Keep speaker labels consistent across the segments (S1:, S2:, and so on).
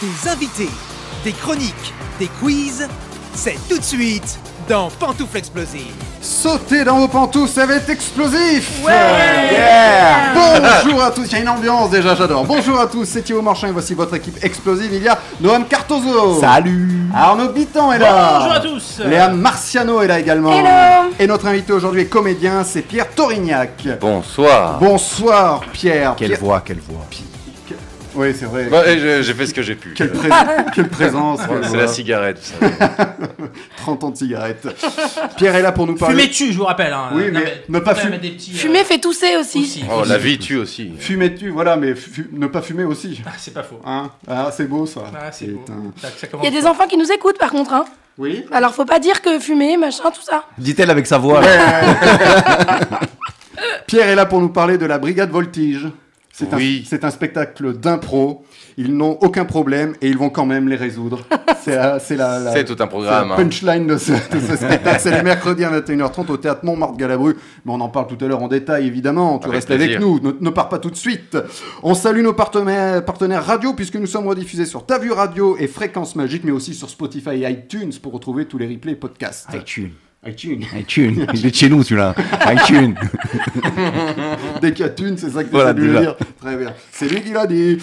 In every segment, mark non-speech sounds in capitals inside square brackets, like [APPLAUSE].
S1: Des invités, des chroniques, des quiz, c'est tout de suite dans Pantoufle Explosive.
S2: Sautez dans vos pantoufles, ça va être explosif
S3: Ouais
S2: Yeah Bonjour à tous, il y a une ambiance déjà, j'adore. Bonjour à tous, c'est Thibaut Marchand et voici votre équipe explosive. Il y a Noam Cartozo
S4: Salut
S2: Arnaud Bitan est là
S3: Bonjour à tous.
S2: Léa Marciano est là également
S5: Hello.
S2: Et notre invité aujourd'hui est comédien, c'est Pierre Torignac.
S4: Bonsoir
S2: Bonsoir Pierre
S4: Quelle
S2: Pierre-
S4: voix, quelle voix
S2: Oui, c'est vrai.
S4: Bah, eh, je- J'ai fait ce que j'ai pu.
S2: Quelle,
S4: Euh,
S2: pré- quelle présence quelle
S4: [LAUGHS] C'est
S2: voix.
S4: la cigarette, vous savez.
S2: 30 ans de cigarette. Pierre est là pour nous parler.
S3: Fumez tu, je vous rappelle. Hein.
S2: Oui,
S3: Non,
S2: mais ne pas
S3: putain,
S2: fumer.
S3: mais des petits, euh,
S5: Fumer fait tousser aussi.
S3: aussi.
S4: Oh, la vie tue aussi.
S2: Fumez-tu, voilà, mais fu- ne pas fumer aussi.
S3: Ah, c'est pas faux.
S2: Hein ah, c'est beau ça.
S3: Ah, c'est beau.
S2: Putain.
S3: Ça- ça
S5: Il y
S3: commence
S5: a des
S3: pas.
S5: enfants qui nous écoutent par contre. Hein.
S2: Oui.
S5: Alors faut pas dire que fumer, machin, tout ça.
S4: Dit-elle avec sa voix.
S2: Pierre est là pour nous parler de la Brigade Voltige. C'est un-
S4: Oui.
S2: c'est un, spectacle d'impro. Ils n'ont aucun problème et ils vont quand même les résoudre. C'est la, c'est la- la-
S4: C'est tout un
S2: c'est la
S4: programme. hein.
S2: punchline de ce, de
S4: [LAUGHS]
S2: ce spectacle. C'est les mercredis à 21h30 au théâtre Montmartre-Galabru. Mais on en parle tout à l'heure en détail, évidemment. Tu
S4: Avec
S2: restes
S4: plaisir.
S2: avec nous. Ne, ne pars pas tout de suite. On salue nos partenaires, partenaires radio puisque nous sommes rediffusés sur Ta Vue Radio et Fréquence Magique, mais aussi sur Spotify et iTunes pour retrouver tous les replays et podcasts.
S4: iTunes.
S2: iTunes.
S4: [LAUGHS] iTunes. Il est de chez nous, celui-là. iTunes.
S2: Dès qu'il y a thune, c'est ça que tu
S4: Voilà,
S2: de
S4: déjà.
S2: dire. Très bien. C'est lui qui l'a dit.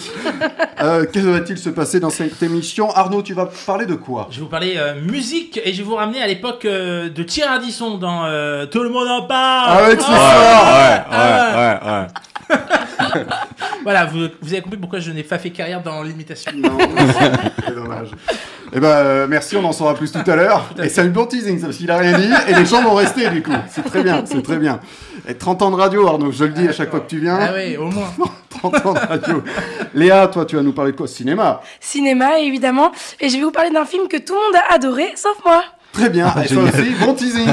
S2: Euh, que va-t-il se passer dans cette émission Arnaud, tu vas parler de quoi
S3: Je vais vous parler euh, musique et je vais vous ramener à l'époque euh, de Thierry Ardisson dans euh, Tout le monde en parle.
S2: Avec ce
S4: Ouais,
S3: Ah
S4: ouais, ouais, ouais, ouais.
S3: Voilà, vous, vous avez compris pourquoi je n'ai pas fait carrière dans l'imitation.
S2: [LAUGHS] Non, c'est dommage. Eh ben, euh, merci, on en saura plus tout à l'heure. Et c'est une bon teasing, ça, parce qu'il a rien dit, et les gens vont rester, du coup. C'est très bien, c'est très bien. Et 30 ans de radio, Arnaud, je le dis à chaque fois que tu viens.
S3: Ah ouais, au moins.
S2: 30 ans de radio. Léa, toi, tu vas nous parler de quoi Cinéma
S5: Cinéma évidemment. Et je vais vous parler d'un film que tout le monde a adoré, sauf moi.
S2: Très bien, et toi
S4: Ah, génial.
S2: aussi, bon
S4: [LAUGHS]
S2: teasing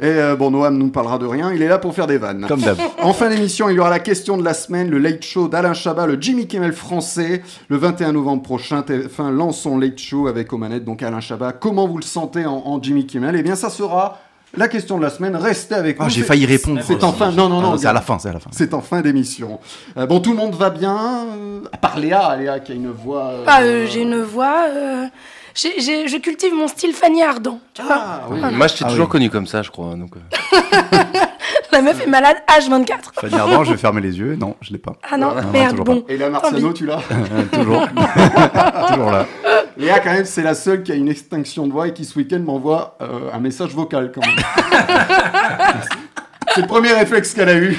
S2: Et euh, bon, Noam nous parlera de rien, il est là pour faire des vannes.
S4: Comme d'hab.
S2: En fin d'émission, il y aura la question de la semaine, le late show d'Alain Chabat, le Jimmy Kimmel français. Le 21 novembre prochain, TF1 lance son late show avec aux manettes, donc Alain Chabat. Comment vous le sentez en, en Jimmy Kimmel Eh bien, ça sera la question de la semaine. Restez avec
S4: Ah,
S2: nous.
S4: J'ai
S2: C'est-
S4: failli répondre.
S2: C'est en fin. Non, non,
S4: Ah,
S2: non.
S4: c'est à la fin, c'est à la fin.
S2: C'est en fin d'émission. Euh, bon, tout le monde va bien, euh, à part Léa, Léa qui a une voix. euh,
S5: Ah, euh, j'ai une voix. euh, j'ai- j'ai- je cultive mon style Fanny Ardant. Tu vois
S2: Ah, oui.
S4: Moi, je t'ai
S2: Ah
S4: toujours
S2: oui.
S4: connu comme ça, je crois. Donc, euh.
S5: [LAUGHS] La meuf est malade H24.
S4: Fanny Ardant, je vais fermer les yeux. Non, je l'ai pas.
S5: Ah non,
S4: Ah, non,
S5: merde,
S4: toujours
S5: bon.
S2: Et la Marciano,
S5: Tant
S2: tu l'as
S4: Euh, toujours. [LAUGHS] toujours là.
S2: Léa, quand même, c'est la seule qui a une extinction de voix et qui, ce week-end, m'envoie euh, un message vocal, quand même. c'est le premier réflexe qu'elle a eu.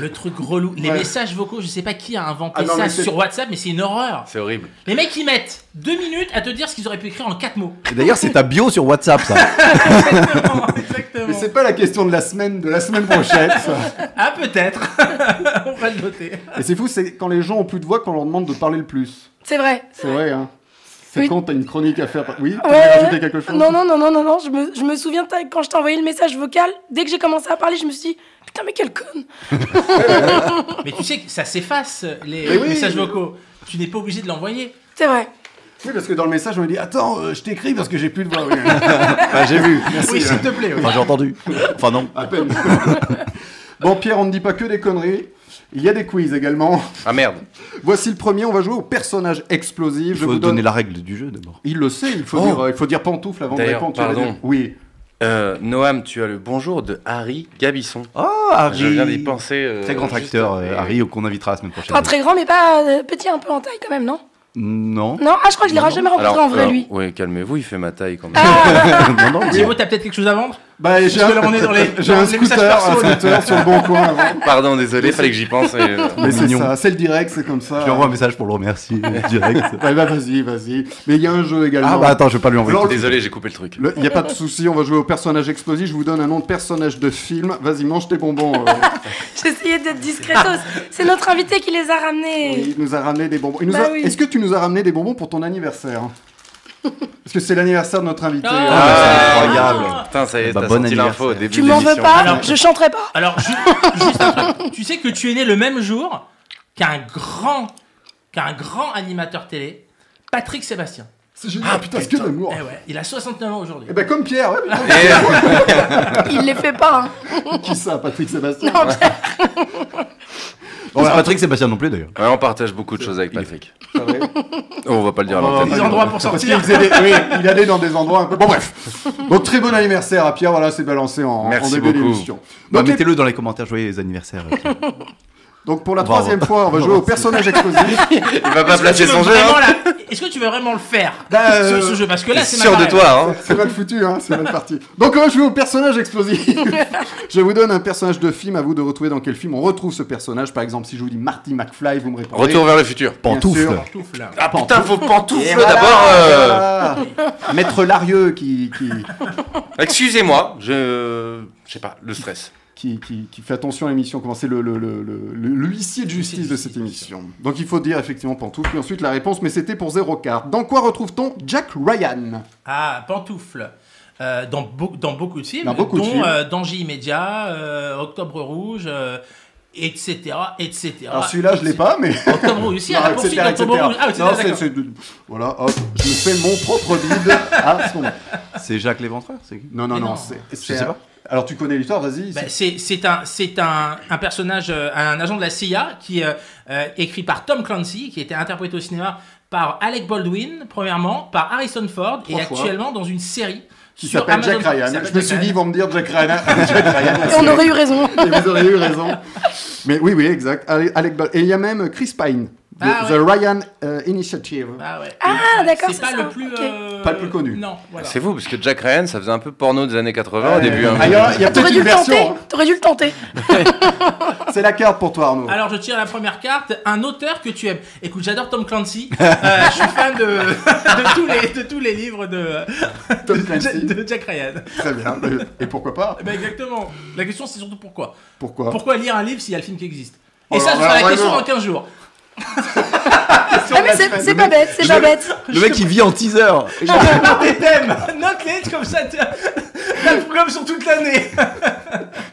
S3: Le truc relou. Les
S2: Ouais.
S3: messages vocaux, je sais pas qui a inventé
S2: Ah non, mais
S3: ça
S2: c'est-
S3: sur WhatsApp, mais c'est une horreur.
S4: C'est horrible.
S3: Les mecs, ils mettent deux minutes à te dire ce qu'ils auraient pu écrire en
S2: [LAUGHS]
S3: quatre mots.
S4: Et D'ailleurs, c'est ta bio sur WhatsApp, [LAUGHS] ça.
S3: Exactement, exactement.
S2: Mais c'est pas la question de la semaine, de la semaine prochaine. ça.
S3: Ah, peut-être. [LAUGHS] On va le noter.
S2: Et c'est fou, c'est quand les gens ont plus de voix qu'on leur demande de parler le plus.
S5: C'est vrai.
S2: C'est vrai, hein. C'est
S5: Oui.
S2: quand t'as une chronique à faire. Oui, tu
S5: Ouais, ouais,
S2: rajouter
S5: ouais.
S2: quelque chose
S5: Non, non, non, non, non, non. Je me, je me souviens t'as- quand je t'ai envoyé le message vocal, dès que j'ai commencé à parler, je me suis dit, putain, mais quelle conne.
S3: Mais tu sais que ça s'efface, les
S2: Mais oui,
S3: messages
S2: mais-
S3: vocaux. Tu n'es pas obligé de l'envoyer.
S5: C'est vrai.
S2: Oui, parce que dans le message, on me dit Attends, euh, je t'écris parce que j'ai plus de voix. Oui. hein.
S4: Ah, J'ai vu.
S3: Oui, s'il te plaît. oui.
S4: Enfin, j'ai entendu. Enfin, non.
S2: à peine. [LAUGHS] bon, Pierre, on ne dit pas que des conneries. Il y a des quiz également.
S4: Ah, merde.
S2: Voici le premier, on va jouer au personnage explosif.
S4: Il
S2: je
S4: faut
S2: vous donne
S4: donner la règle du jeu, d'abord.
S2: Il le sait, il faut,
S4: Oh.
S2: dire, euh, il faut dire pantoufle avant de
S6: D'ailleurs,
S2: répondre. tu l'as
S6: pardon.
S2: dit. Oui.
S6: Euh, Noam, tu as le bonjour de Harry Gabisson.
S4: Oh, Harry.
S6: Je viens d'y penser. euh,
S4: Très grand
S6: juste-
S4: acteur, euh,
S6: et-
S4: Harry, qu'on invitera la semaine prochaine.
S5: Enfin, très grand, mais pas euh, petit, un peu en taille quand même, non
S2: [LAUGHS]
S4: Non.
S5: Non, ah, je crois que je l'aurais
S4: Non,
S3: Oh,
S5: jamais rencontré
S6: Alors,
S5: en vrai,
S6: alors,
S5: lui.
S6: Oui, calmez-vous, il fait ma taille quand même.
S5: Ah,
S4: non, [LAUGHS] non.
S3: Thibaut, t'as peut-être quelque chose à vendre
S2: Bah, j'ai
S3: que
S2: un,
S3: là, on est dans les-
S2: [LAUGHS] j'ai
S3: dans
S2: un
S3: les messages
S2: scooter, un
S3: perso, là.
S2: scooter sur le bon coin.
S4: [LAUGHS]
S2: avant.
S6: Pardon, désolé, fallait que j'y pense. et, euh,
S2: Mais c'est
S4: Mignon.
S2: ça, c'est le direct, c'est comme ça.
S4: Je lui envoie un message pour le
S2: [LAUGHS]
S4: remercier euh, direct.
S2: Ouais, bah, vas-y, vas-y. Mais il y a un jeu également.
S4: Ah bah attends, je vais pas lui envoyer.
S2: Alors,
S4: tout de suite.
S6: Désolé, j'ai coupé le truc.
S2: Le- Il n'y a pas de souci, on va jouer au personnage explosif. Je vous donne un nom de personnage de film. Vas-y, mange tes bonbons.
S5: [LAUGHS]
S2: euh.
S5: j'essayais d'être discrétos. C'est notre invité qui les a ramenés.
S2: il nous a ramené des bonbons. Il nous
S5: Bah
S2: a-
S5: oui.
S2: Est-ce que tu nous as ramené des bonbons pour ton
S5: [LAUGHS]
S2: anniversaire Parce que c'est l'anniversaire de notre invité.
S3: Ah.
S4: c'est incroyable.
S6: Putain, ça y est,
S4: Bah,
S6: t'as
S4: bon
S6: senti l'info au
S4: anniversaire.
S6: début
S5: Tu
S6: de
S5: m'en veux
S6: l'émission.
S5: pas
S3: Alors-
S5: Je chanterai pas.
S3: Alors, ju- juste un truc. Tu sais que tu es né le même jour qu'un grand, qu'un grand animateur télé, Patrick Sébastien.
S2: C'est génial. Ah putain, que d'amour.
S3: Eh ouais, il a 69 ans aujourd'hui.
S2: Eh ben comme Pierre, ouais, putain,
S5: Il les fait pas. hein.
S2: qui ça, Patrick Sébastien
S5: Non,
S4: Oh, Patrick Sébastien non plus d'ailleurs.
S6: Ouais, on partage beaucoup de choses avec Patrick.
S2: C'est vrai.
S6: On va pas
S4: Oh,
S6: le dire à
S2: On va
S6: l'antenne.
S2: pas
S3: Des
S2: le
S3: endroits pour
S2: Parce qu'il
S3: sortir.
S2: faisait des- oui, il allait dans des endroits un peu. Bon,
S3: [LAUGHS]
S2: bref. Donc, très bon anniversaire à Pierre. Voilà, c'est balancé en,
S6: Merci
S2: en début
S6: beaucoup.
S2: d'émission.
S4: Bah,
S2: Donc, les-
S4: Mettez-le dans les commentaires, joyeux anniversaire. Euh,
S2: donc, pour la
S4: Bravo.
S2: troisième fois, on va jouer au personnage explosif.
S6: Il va pas
S3: Est-ce que tu
S2: ben,
S6: placer
S3: veux
S6: son jeu.
S3: vraiment
S6: hein.
S3: la- Est-ce que tu veux vraiment le faire
S2: Bah, euh,
S3: ce, ce jeu parce que
S6: T'es
S3: là c'est ma
S6: sûr de
S3: barrette.
S6: toi. hein.
S2: C'est mal foutu, hein, c'est mal parti. Donc on va jouer au personnage
S3: [LAUGHS]
S2: explosif. je vous donne un personnage de film, à vous de retrouver dans quel film on retrouve ce personnage. Par exemple, si je vous dis Marty McFly, vous me répondez.
S6: Retour vers le futur.
S2: bien
S4: Pantoufle.
S2: sûr.
S3: Pantoufle, là.
S6: Ah putain, faut
S2: Et
S6: pantoufle
S2: voilà,
S6: d'abord. euh,
S2: et voilà. Maître Larieux qui, qui,
S6: Excusez-moi, je. Je sais pas, le stress.
S2: qui, qui, qui fait attention à l'émission, comment c'est le, le, le, le- le- l'huissier de justice de cette émission. Donc il faut dire effectivement pantoufle, et ensuite la réponse, mais c'était pour zéro carte. Dans quoi retrouve-t-on Jack Ryan
S3: Ah, pantoufle. Euh, dans, beau- dans beaucoup de films,
S2: Dans beaucoup de
S3: dont
S2: films.
S3: euh, Danger immédiat, euh, Octobre rouge, euh, etc., etc.
S2: Alors celui-là, je l'ai
S3: etc.
S2: pas, mais...
S3: Octobre rouge, si,
S2: Non,
S3: à la
S2: etc.,
S3: poursuite
S2: etc.
S3: d'Octobre rouge. Ah, oui,
S2: Non,
S3: c'est d'accord.
S2: c'est- c'est- Voilà, hop, je me fais mon propre bide à ce moment.
S4: C'est Jacques Léventreur c'est qui
S2: Non, non,
S3: Mais
S2: non,
S3: non.
S2: c'est. c'est
S4: Je sais
S2: un-
S4: pas.
S2: Alors tu connais l'histoire, vas-y.
S3: Bah,
S2: c'est-
S3: c'est c'est un, c'est un, un personnage, euh, un agent de la CIA qui est écrit par Tom Clancy, qui était interprété au cinéma par Alec Baldwin, premièrement, par Harrison Ford, et
S2: Trois fois.
S3: actuellement dans une série
S2: qui
S3: sur
S2: s'appelle Jack
S3: Amazon- qui
S2: Ryan.
S3: s'appelle
S2: Je me
S3: Jack
S2: suis dit,
S3: Ryan.
S2: ils vont me dire Jack
S3: [LAUGHS]
S2: Ryan. Jack Ryan la
S5: [LAUGHS] Et on
S2: série.
S5: aurait eu raison.
S2: Et vous auriez eu raison. Mais oui, oui, exact. Ale- Alec Bal- Et il y a même Chris Pine, de
S3: Ah,
S2: The Ryan euh, Initiative.
S3: Ah, ouais.
S5: Ah, d'accord,
S3: C'est
S5: c'est
S3: pas
S5: ça,
S3: le plus.
S5: ok.
S3: euh,
S2: Pas le plus connu.
S3: Non, voilà.
S6: C'est vous, parce que Jack Ryan, ça faisait un peu porno des années 80 au
S2: Ouais.
S6: début. hein.
S2: Ah, il y a- il y a
S5: T'aurais
S2: peut-être
S5: dû
S2: une
S5: le tenter.
S2: version. hein.
S5: T'aurais dû le tenter.
S2: C'est la carte pour toi, Arnaud.
S3: Alors je tire la première carte, un auteur que tu aimes. Écoute, j'adore
S2: [LAUGHS]
S3: Tom Clancy. Euh, je suis fan de, [LAUGHS] de, tous les, de tous les livres de,
S2: Tom
S3: de Jack-
S2: Clancy.
S3: de Jack Ryan.
S2: Très bien. Et pourquoi pas
S3: Eh ben, exactement. La question c'est surtout pourquoi.
S2: Pourquoi
S3: Pourquoi lire un livre s'il y a le film qui existe
S2: Ah.
S3: Et
S2: Oh
S3: ça,
S2: là
S3: je
S2: là,
S3: ferai la question
S2: vraiment.
S3: dans 15 jours. [LAUGHS]
S5: Ah, mais c'est c'est pas bête, c'est pas bête.
S4: Le mec il vit en teaser.
S3: Note les thèmes [LAUGHS] Note-les comme ça, [LAUGHS] tu as le programme sur toute l'année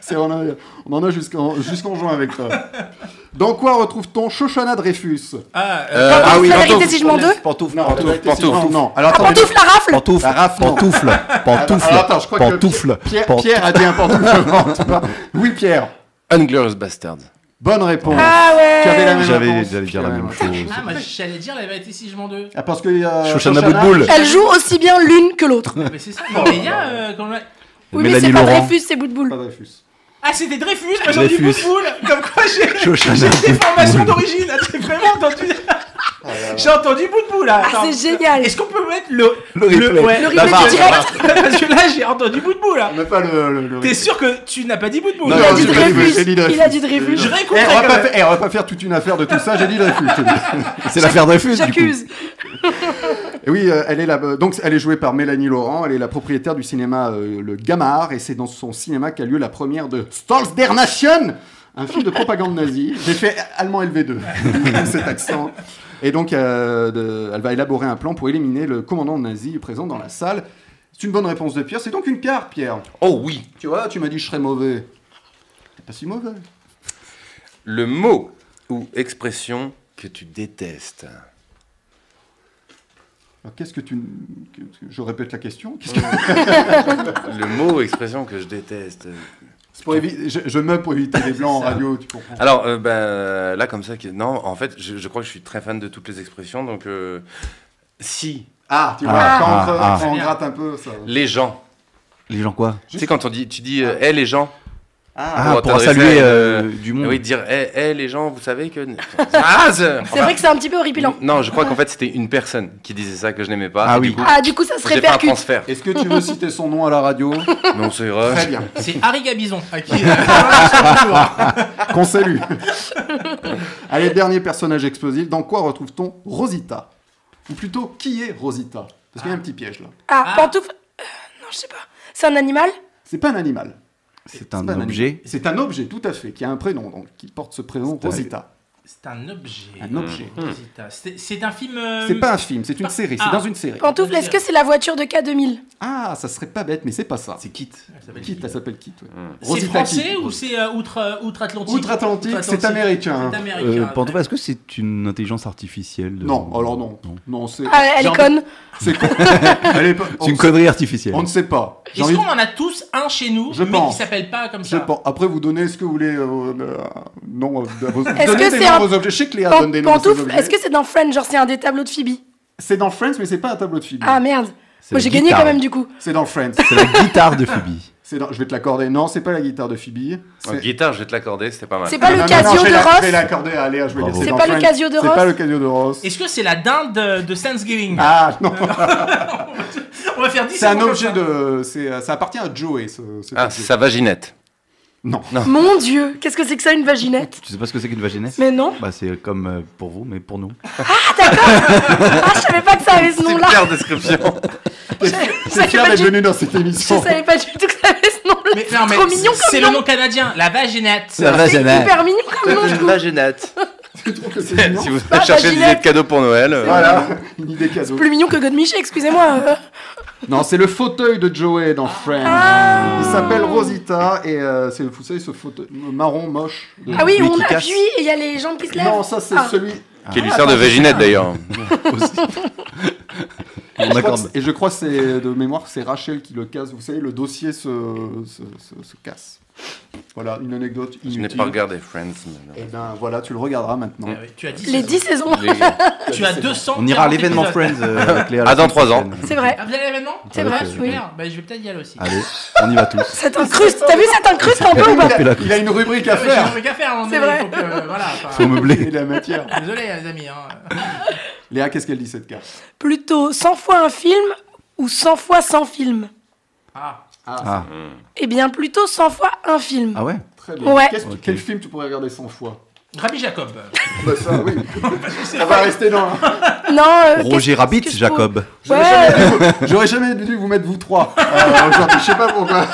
S2: C'est- on, en a- on en a jusqu'en jusqu'en juin avec toi. Dans quoi retrouve-t-on Shoshana Dreyfus
S3: Ah, euh,
S6: Euh, ah oui,
S5: la
S6: Pantoufle.
S5: vérité, si je m'en deux.
S4: [LAUGHS] Pantoufle.
S2: Non,
S4: Pantoufle.
S2: Pantoufle. Non, non.
S4: Alors
S5: Ah,
S4: attendez.
S5: pantoufle, la rafle.
S4: Pantoufle.
S2: La rafle, non.
S4: Pantoufle. Pantoufle.
S2: Alors, attends, je crois que
S4: Pantoufle.
S2: Pierre,
S4: Pan-
S2: Pierre a dit un pantoufle. oui, Pierre.
S6: Unglorious Bastard.
S2: Bonne réponse.
S5: Ah
S2: Tu avais la
S5: ouais.
S2: même
S4: J'avais
S2: réponse.
S4: j'allais dire la
S2: Ouais,
S4: même
S2: ouais.
S4: chose.
S3: Ah, moi j'allais dire la vérité si je m'en deux.
S2: Ah, parce que. Euh,
S4: Shoshana Boutboul.
S5: Elle joue aussi bien l'une que l'autre.
S3: Ah, Mais c'est ça, non, mais il y a. euh, quand même-
S5: Oui, mais
S4: Mélanie
S5: c'est pas
S4: Laurent. [LAUGHS]
S5: Dreyfus, c'est bout de boule.
S2: Pas Dreyfus.
S3: Ah, c'était Dreyfus, moi j'en dis
S4: Dreyfus.
S3: Bouboule Comme quoi j'ai.
S4: Shoshana
S3: [LAUGHS] J'ai
S4: [LAUGHS]
S3: des
S4: Boutboul.
S3: formations d'origine, là, j'ai vraiment entendu. J'ai entendu bout de bout là.
S5: Ah,
S3: Attends.
S5: c'est génial.
S3: Est-ce qu'on peut mettre le
S4: Le replay.
S3: ouais,
S5: Le replay
S4: barre,
S5: du direct.
S3: [LAUGHS] Parce que là, j'ai entendu bout de bout là.
S2: On n'a pas le. le, le-
S3: T'es sûr que tu n'as pas dit bout de bout
S2: Non,
S5: Il a
S2: non,
S5: dit
S2: j'ai pas dit Dreyfus,
S5: Dreyfus.
S2: j'ai dit Dreyfus.
S5: Il a dit Dreyfus.
S2: Eh,
S3: Je
S2: on, va
S3: réécouterai quand
S2: pas
S3: même.
S2: faire, eh, on va pas faire toute une affaire de tout ça, j'ai dit Dreyfus. je te dis.
S4: C'est l'affaire Dreyfus du coup.
S5: J'accuse.
S2: Et oui, euh, elle est là, euh, donc elle est jouée par Mélanie Laurent, elle est la propriétaire du cinéma euh, Le Gamard, et c'est dans son cinéma qu'a lieu la première de Stolz der Nation, un film de propagande nazie. J'ai fait allemand LV2, [LAUGHS] cet accent. Et donc, euh, de- elle va élaborer un plan pour éliminer le commandant nazi présent dans la salle. C'est une bonne réponse de Pierre, c'est donc une carte, Pierre.
S6: Oh oui.
S2: Tu vois, tu m'as dit je serais mauvais. T'es pas si mauvais.
S6: Le mot ou expression que tu détestes.
S2: Alors qu'est-ce que tu... qu'est-ce que- Je répète la question. Qu'est-ce que-
S6: Le mot ou expression que je déteste.
S2: [LAUGHS] C'est pour évi- je, je meuble pour éviter les blancs en radio, tu comprends.
S6: Alors, euh, bah, là, comme ça, qui- non, en fait, je, je crois que je suis très fan de toutes les expressions, donc euh, si
S2: Ah, tu vois,
S4: Ah,
S2: quand
S4: ah,
S2: on,
S4: ah.
S2: quand on gratte un peu, ça...
S6: les gens.
S4: Les gens quoi
S6: Tu sais, quand on dit, tu dis, euh, hé les gens.
S4: Ah,
S6: Pour
S4: pour
S6: t'adresser
S4: saluer
S6: à-
S4: euh, du monde.
S6: Oui, dire, hé les gens, vous savez que. ah, c'est
S5: C'est vrai que c'est un petit peu horripilant.
S6: Non, je crois qu'en fait, c'était une personne qui disait ça que je n'aimais pas.
S4: Ah
S6: et du
S4: oui.
S6: coup,
S5: Ah, du coup, ça se
S6: J'ai fait un
S2: [LAUGHS]
S5: répercute.
S6: transfert.
S2: Est-ce que tu veux citer son nom à la radio [LAUGHS]
S6: Non, c'est vrai.
S2: Très bien,
S3: C'est Harry Gabizon à [LAUGHS] qui.
S2: [LAUGHS]
S3: euh,
S2: qu'on salue. [LAUGHS] Allez, dernier personnage explosif. Dans quoi retrouve-t-on Rosita Ou plutôt, qui est Rosita Parce qu'il y a un petit piège là.
S5: Ah,
S3: Ah.
S5: pantoufle. Euh, non, je sais pas. C'est un animal
S2: C'est pas un animal.
S4: C'est
S2: C'est
S4: un
S2: pas
S4: objet.
S2: animal. C'est un objet, tout à fait, qui a un prénom, donc qui porte ce prénom
S4: un-
S2: Rosita.
S3: C'est un objet.
S2: Un objet.
S3: Zita. C'est c'est un film. euh,
S2: C'est pas un film, c'est une série, c'est
S3: Ah.
S2: dans une série.
S5: Pantoufle, est-ce que c'est la voiture de K2000
S2: Ah, ça serait pas bête, mais c'est pas ça.
S4: C'est Kit.
S3: Elle s'appelle
S2: Kit,
S3: Zita.
S2: elle s'appelle Kit. ouais.
S3: C'est
S2: Rosita
S3: français
S2: Kit.
S3: ou c'est euh, outre, euh, outre-Atlantique
S2: Outre-Atlantique, c'est
S3: Outre-Atlantique.
S2: américain.
S3: C'est américain.
S4: Euh, Pantoufle, est-ce que c'est une intelligence artificielle de-
S2: Non, alors non. Non, c'est.
S5: Ah, Elle
S2: J'ai
S5: est
S2: envie-
S5: conne.
S2: C'est con. Elle est pas- on
S4: C'est une
S2: ne sait-
S4: connerie artificielle.
S2: On ne sait pas. J'ai
S3: Est-ce
S2: envie de-
S3: qu'on en a tous un chez nous,
S2: Je
S3: mais
S2: pense.
S3: qui s'appelle pas comme
S2: Je
S3: ça
S2: pense. Après, vous donnez ce que vous voulez. euh, euh, non, euh, à vos... donnez
S5: Est-ce
S2: des
S5: que c'est
S2: noms à
S5: un-
S2: vos objets. Je sais que Léa
S5: Pan-
S2: donne des noms à ses
S5: Pantoufle,
S2: objets.
S5: est-ce que c'est dans Friends Genre, c'est un des tableaux de Phoebe
S2: C'est dans Friends, mais c'est pas un tableau de Phoebe.
S5: Ah merde.
S4: C'est
S5: Moi,
S4: la
S5: j'ai gagné
S4: guitare.
S5: quand même du coup.
S2: C'est dans Friends.
S4: C'est la guitare de Phoebe.
S2: C'est dans- Je vais te l'accorder. Non, c'est pas la guitare de Phoebe. C'est-
S6: Ouais, Ah, Guitare, je vais te l'accorder, c'était pas mal.
S5: C'est pas
S2: Non,
S5: le
S2: non,
S5: Casio
S2: non, je vais la-
S5: de
S2: Je vais
S5: Ross
S2: l'accorder à Léa. Je vais
S4: Bravo.
S2: dire,
S4: C'est
S2: dans
S5: pas le
S2: Friends.
S5: Casio de
S2: C'est pas
S5: Ross
S2: le Casio de Ross.
S3: Est-ce que c'est la dinde de, de Thanksgiving
S2: Ah non,
S3: On va faire 10
S2: c'est un
S3: secondes comme
S2: objet
S3: ça.
S2: de. c'est- Ça appartient à Joey. ce- cet
S6: Ah,
S2: objet.
S6: c'est sa vaginette.
S2: Non.
S5: Mon dieu, qu'est-ce que c'est que ça une vaginette
S4: Tu sais pas ce que c'est qu'une vaginette
S5: Mais non.
S4: Bah, c'est comme euh, pour vous, mais pour nous.
S5: Ah, je savais pas que ça avait ce nom-là.
S6: Super description.
S2: [LAUGHS]
S5: [LAUGHS]
S2: C'est fier
S5: pas
S2: d'être
S5: du-
S2: venu dans cette
S5: Je
S2: émission.
S5: savais pas du tout que ça avait ce nom-là.
S3: Mais,
S5: C'est
S3: non, mais
S5: trop mignon
S3: c'est
S5: comme
S3: le
S5: nom.
S3: nom canadien, la vaginette.
S4: La
S5: C'est
S4: [LAUGHS]
S5: hyper mignon comme nom.
S6: Une vaginette.
S2: Je trouve [LAUGHS] que c'est mignon.
S6: si vous
S5: Ah,
S6: cherchez des
S5: vaginette.
S6: idées de cadeaux pour Noël. euh,
S2: Voilà, une idée cadeau.
S5: Plus mignon que Godmiché, excusez-moi. euh.
S2: Non, c'est le fauteuil de Joey dans Friends. Il s'appelle Rosita et euh, c'est vous savez ce fauteuil marron moche. de-
S5: Ah oui,
S4: Celui
S5: on
S4: qui casse.
S5: appuie et il y a les jambes qui se lèvent.
S2: Non, ça c'est
S5: Ah.
S2: celui.
S6: Qui lui sert de vaginette d'ailleurs.
S4: On
S2: Je crois que
S4: accorde.
S2: c'est- et je crois que c'est de mémoire, c'est Rachel qui le casse. Vous savez, le dossier se, se, se- se casse. Voilà, une anecdote
S6: Je
S2: inutile.
S6: n'ai pas regardé Eh Friends. mais
S2: Et
S6: non.
S2: ben voilà, tu le regarderas maintenant.
S3: Euh, Tu as 10
S5: Les 10 saisons.
S6: Les-
S3: Tu as 200.
S4: On ira à l'événement Friends euh, avec Léa. la
S6: Ah, dans
S4: semaine
S6: trois ans.
S4: prochaine.
S5: C'est vrai.
S3: Ah, vous allez à l'événement
S5: C'est
S4: Avec,
S5: vrai,
S4: euh,
S5: oui.
S3: Merde, bah, je vais peut-être y aller aussi.
S2: Ah.
S4: Allez, on y va tous.
S5: Cette incruste, t'as vu cette incruste un peu ou pas
S4: [LAUGHS] Fais la
S2: Il a une rubrique à
S3: Ah, mais J'ai un
S2: faire.
S3: truc à faire, à un moment
S5: C'est
S3: donné,
S5: vrai.
S3: faut que, euh, voilà, enfin,
S4: Faut meubler.
S2: Et de la matière.
S3: Désolé, les amis. hein.
S2: Léa, qu'est-ce qu'elle dit cette carte
S5: Plutôt 100 fois un film ou 100 fois 100 films
S3: Ah,
S4: Ah,
S5: Eh bien, plutôt 100 fois un film.
S4: ah ouais
S2: Très bien.
S5: Ouais.
S2: Qu'est-ce que-
S4: Ok.
S2: Quel film tu pourrais regarder 100 fois
S3: Rabbi Jacob.
S2: Bah ça, [LAUGHS] oui. On va rester [LAUGHS] dans.
S5: Non, euh, qu'est-ce
S4: Roger
S5: que-
S4: Rabbit,
S5: qu'est-ce que je
S4: Jacob.
S5: trouve- Ouais,
S2: J'aurais jamais dû vous mettre vous trois. euh, aujourd'hui. je sais pas pourquoi.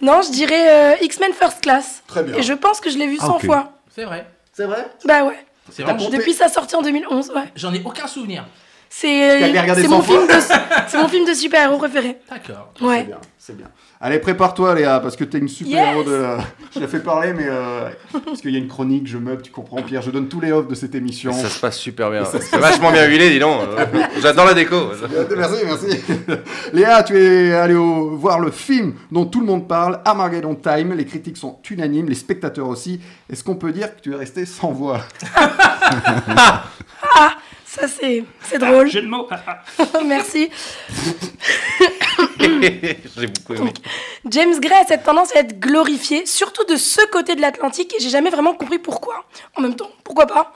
S5: non, je dirais euh, X-Men First Class.
S2: Très bien.
S5: Et je pense que je l'ai vu
S4: Ah,
S5: 100
S4: ok.
S5: fois.
S3: C'est vrai.
S2: C'est vrai
S5: Bah ouais.
S3: C'est vrai.
S2: Comptez.
S5: Depuis sa sortie en 2011, ouais.
S3: J'en ai aucun souvenir.
S5: C'est
S2: T'as bien regardé
S5: c'est
S2: 100
S5: mon,
S2: fois
S5: film de- c'est mon film de super-héros préféré.
S3: D'accord.
S2: C'est
S5: Ouais.
S2: bien, c'est bien. Allez, prépare-toi Léa, parce que t'es une super-héros
S5: Yes
S2: de la... [LAUGHS] Je l'ai fait parler, mais... euh, Parce qu'il y a une chronique, je meuble, tu comprends Pierre, je donne tous les offs de cette émission.
S6: Ça se passe super bien. C'est vachement bien huilé, dis donc. Euh, J'adore la
S2: [LAUGHS]
S6: déco. [LAUGHS]
S2: Euh, Merci, merci. [LAUGHS] Léa, tu es allée au- voir le film dont tout le monde parle, Armageddon Time. Les critiques sont unanimes, les spectateurs aussi. Est-ce qu'on peut dire que tu es resté sans voix
S5: Ça, c'est c'est drôle.
S7: J'ai le mot. Ah, ah.
S5: [LAUGHS] Merci.
S6: J'ai beaucoup aimé.
S5: James Gray a cette tendance à être glorifié, surtout de ce côté de l'Atlantique, et j'ai jamais vraiment compris pourquoi. En même temps, pourquoi pas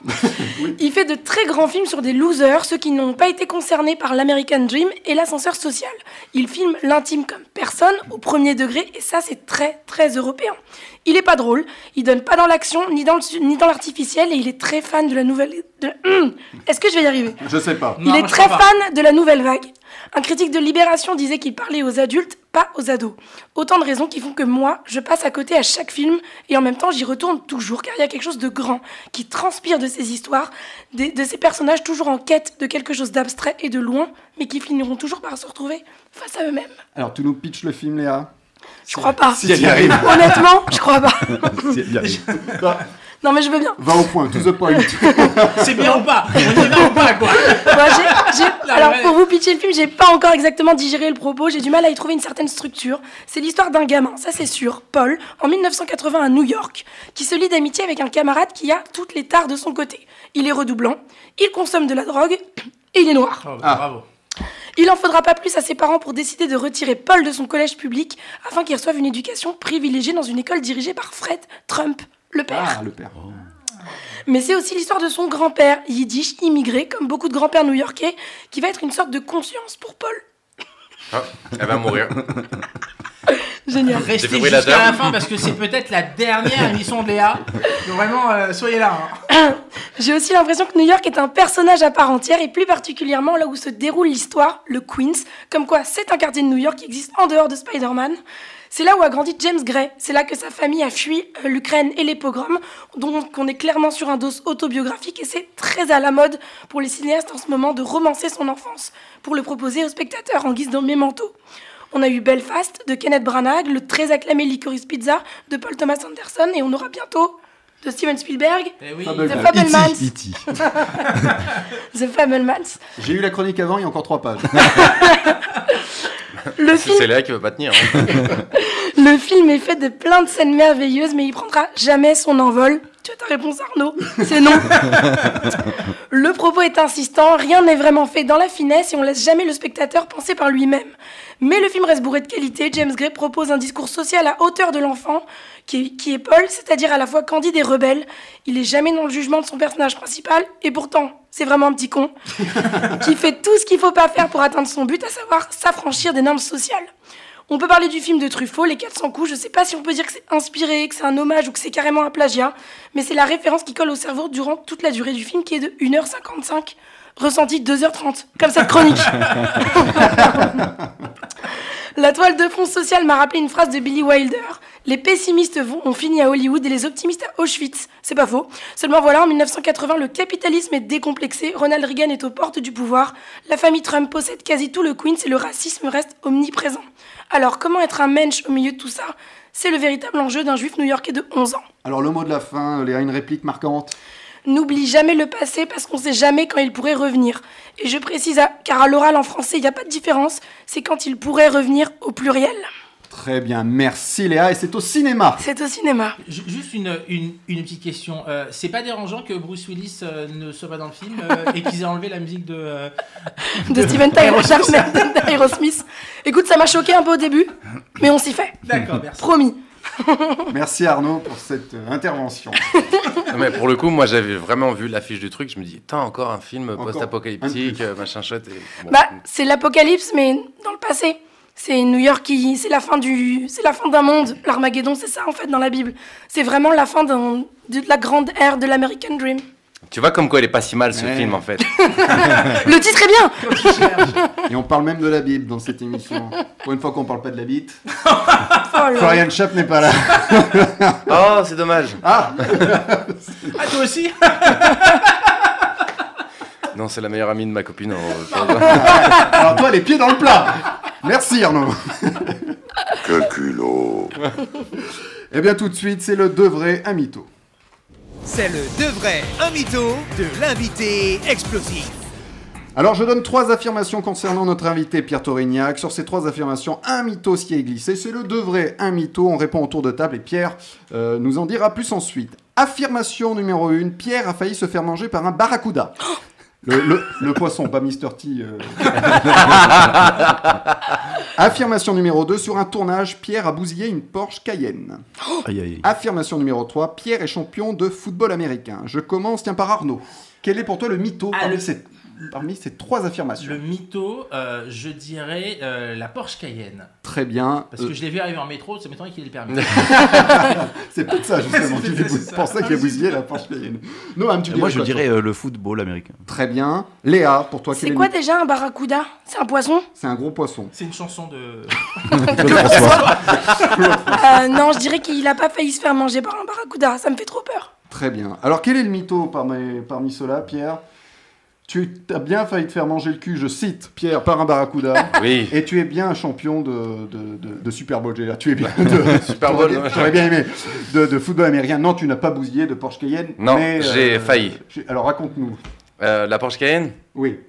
S5: Il fait de très grands films sur des losers, ceux qui n'ont pas été concernés par l'American Dream et l'ascenseur social. Il filme l'intime comme personne, au premier degré, et ça, c'est très, très européen. Il est pas drôle, il donne pas dans l'action, ni dans le- ni dans l'artificiel, et il est très fan de la [CLEARS THROAT] nouvelle... de- Hum, Est-ce que je vais y arriver
S2: Je sais pas.
S3: Non,
S5: il est
S3: moi, je
S5: très
S3: crois pas.
S5: fan de la nouvelle vague. Un critique de Libération disait qu'il parlait aux adultes, pas aux ados. Autant de raisons qui font que moi, je passe à côté à chaque film et en même temps j'y retourne toujours car il y a quelque chose de grand qui transpire de ces histoires, des- de ces personnages toujours en quête de quelque chose d'abstrait et de loin, mais qui finiront toujours par se retrouver face à eux-mêmes.
S2: Alors, tu nous pitches le film, Léa
S5: Je crois pas.
S2: Si elle y arrive.
S5: Honnêtement, je crois pas.
S2: Va,
S5: Non mais je veux bien.
S2: va au point, to the point.
S3: [LAUGHS] C'est bien ou [LAUGHS] pas On y va ou pas, quoi
S5: Moi, Bah, j'ai- j'ai-
S3: La
S5: alors,
S3: vraie.
S5: pour vous pitcher le film, j'ai pas encore exactement digéré le propos, j'ai du mal à y trouver une certaine structure. C'est l'histoire d'un gamin, ça c'est sûr, Paul, en 1980 à New York, qui se lie d'amitié avec un camarade qui a toutes les tares de son côté. Il est redoublant, il consomme de la drogue [CLEARS THROAT] et il est noir.
S3: Oh, bah,
S2: Ah.
S3: Bravo.
S5: Il n'en faudra pas plus à ses parents pour décider de retirer Paul de son collège public afin qu'il reçoive une éducation privilégiée dans une école dirigée par Fred Trump, le père.
S2: [LAUGHS] Ah, le père.
S5: Mais c'est aussi l'histoire de son grand-père, yiddish, immigré, comme beaucoup de grands-pères new-yorkais, qui va être une sorte de conscience pour Paul.
S6: Ah, elle va mourir.
S5: Génial.
S3: Restez
S6: défibrillateur.
S3: jusqu'à la fin parce que c'est peut-être la [LAUGHS] dernière émission de Léa. Donc vraiment, euh, soyez là. hein.
S5: J'ai aussi l'impression que New York est un personnage à part entière et plus particulièrement là où se déroule l'histoire, le Queens, comme quoi c'est un quartier de New York qui existe en dehors de Spider-Man. C'est là où a grandi James Gray. C'est là que sa famille a fui euh, l'Ukraine et les pogroms. Donc on est clairement sur un dos autobiographique et c'est très à la mode pour les cinéastes en ce moment de romancer son enfance pour le proposer aux spectateurs en guise d'un mémento. On a eu Belfast de Kenneth Branagh, le très acclamé Licorice Pizza de Paul Thomas Anderson et on aura bientôt de Steven Spielberg
S3: Eh oui.
S2: Fable-
S5: The Fablemans.
S4: E.T., E.T.
S5: The Fablemans.
S2: J'ai eu la chronique avant, il y a encore trois pages.
S5: Le
S6: C'est
S5: film,
S6: c'est là qui va pas tenir. hein.
S5: le film est fait de plein de scènes merveilleuses, mais il prendra jamais son envol. Tu as ta réponse, Arnaud C'est non. le propos est insistant, rien n'est vraiment fait dans la finesse et on laisse jamais le spectateur penser par lui-même. Mais le film reste bourré de qualité. James Gray propose un discours social à hauteur de l'enfant, qui est, qui est Paul, c'est-à-dire à la fois candide et rebelle. Il est jamais dans le jugement de son personnage principal, et pourtant, c'est vraiment un petit con, qui fait tout ce qu'il faut pas faire pour atteindre son but, à savoir s'affranchir des normes sociales. On peut parler du film de Truffaut, Les 400 coups. Je sais pas si on peut dire que c'est inspiré, que c'est un hommage ou que c'est carrément un plagiat, mais c'est la référence qui colle au cerveau durant toute la durée du film qui est de 1h55, ressentie 2h30, comme cette chronique. la toile de fond sociale m'a rappelé une phrase de Billy Wilder. Les pessimistes vont, ont fini à Hollywood et les optimistes à Auschwitz. C'est pas faux. Seulement voilà, en 1980, le capitalisme est décomplexé, Ronald Reagan est aux portes du pouvoir, la famille Trump possède quasi tout le Queens et le racisme reste omniprésent. Alors, comment être un mensch au milieu de tout ça C'est le véritable enjeu d'un juif new-yorkais de 11 ans.
S2: Alors, le mot de la fin, Léa, une réplique marquante.
S5: N'oublie jamais le passé parce qu'on sait jamais quand il pourrait revenir. Et je précise, à- car à l'oral en français, il n'y a pas de différence, c'est quand il pourrait revenir au pluriel.
S2: Très bien, merci Léa, et c'est au cinéma.
S5: C'est au cinéma.
S3: Ju- Juste une, une, une petite question. Euh, c'est pas dérangeant que Bruce Willis euh, ne soit pas dans le film euh, et qu'ils aient enlevé la musique de. euh,
S5: De Steven Tyler Jarman, d'Aerosmith. Écoute, ça m'a choqué un peu au début, mais on s'y fait.
S3: [LAUGHS] D'accord, merci.
S5: Promis.
S2: Merci Arnaud pour cette euh, intervention.
S6: Non, mais pour le coup, moi j'avais vraiment vu l'affiche du truc. Je me dis, putain, encore un film
S2: Encore un
S6: post-apocalyptique,
S2: plus.
S6: euh, machin chouette. et bon.
S5: Bah, c'est l'apocalypse, mais dans le passé. C'est New York qui. C'est la fin du. C'est la fin d'un monde. L'Armageddon, c'est ça, en fait, dans la Bible. C'est vraiment la fin d'un- de la grande ère de l'American Dream.
S6: Tu vois comme quoi il est pas si mal ce
S2: Ouais.
S6: film
S2: [LAUGHS]
S6: en fait.
S5: Le titre est bien
S2: Et on parle même de la Bible dans cette émission. Pour une fois qu'on parle pas de la bite.
S5: Oh là.
S2: Florian Schaap n'est pas là.
S6: Oh, c'est dommage.
S2: Ah
S3: Ah, toi aussi
S6: Non, c'est la meilleure amie de ma copine. en-
S2: Alors toi, les pieds dans le plat Merci Arnaud
S7: Quel culot
S2: Eh bien tout de suite, c'est le de vrai à mytho.
S1: C'est le de vrai, un mytho de l'invité explosif.
S2: Alors je donne trois affirmations concernant notre invité Pierre Torignac. Sur ces trois affirmations, un mytho s'y est glissé. C'est le de vrai, un mytho. On répond autour de table et Pierre euh, nous en dira plus ensuite. Affirmation numéro une, Pierre a failli se faire manger par un barracuda. Le, le- le poisson, pas Mr. T. euh. Affirmation numéro 2, sur un tournage, Pierre a bousillé une Porsche Cayenne.
S4: Aïe, aïe.
S2: Affirmation numéro 3, Pierre est champion de football américain. Je commence, tiens, par Arnaud. Quel est pour toi le mytho
S3: Ah,
S2: parmi,
S3: le-
S2: ces, parmi ces trois affirmations
S3: Le mytho, euh, je dirais euh, la Porsche Cayenne.
S2: Très bien.
S3: Parce
S2: Euh,
S3: que je l'ai vu arriver en métro, c'est m'étonnerait qu'il ait le [LAUGHS] permis.
S2: C'est peut-être
S3: [LAUGHS]
S2: ça, justement, qui
S3: C'était
S2: fait
S3: ça.
S2: pour ça qu'il a
S3: Ah,
S2: bousillé la Porsche Cayenne. Noam,
S5: Ah,
S2: tu
S4: Et Moi,
S2: dirais
S4: je
S2: quoi,
S4: dirais euh, le football américain.
S2: toi Très bien. Léa, pour toi, quel
S5: C'est
S2: est
S5: quoi
S2: le-
S5: déjà un barracuda C'est un poisson
S2: C'est un gros poisson.
S3: C'est une chanson de.
S5: Euh, Non, je dirais qu'il a pas failli se faire manger par un barracuda. Ça me fait trop peur.
S2: Très bien. Alors, quel est le mytho parmi, parmi ceux-là, Pierre Tu as bien failli te faire manger le cul, je cite Pierre, par un barracuda.
S6: Oui.
S2: Et tu es bien un champion de, de, de- de Super Bowl, j'ai là. Tu es bien de
S6: [LAUGHS] Super
S2: j'aurais
S6: Bowl,
S2: bien-
S6: ouais.
S2: J'aurais bien aimé. De, de football américain. Non, tu n'as pas bousillé de Porsche Cayenne.
S6: Non,
S2: mais, euh,
S6: j'ai failli.
S2: j'ai- Alors, raconte-nous.
S6: Euh, la Porsche Cayenne
S2: Oui.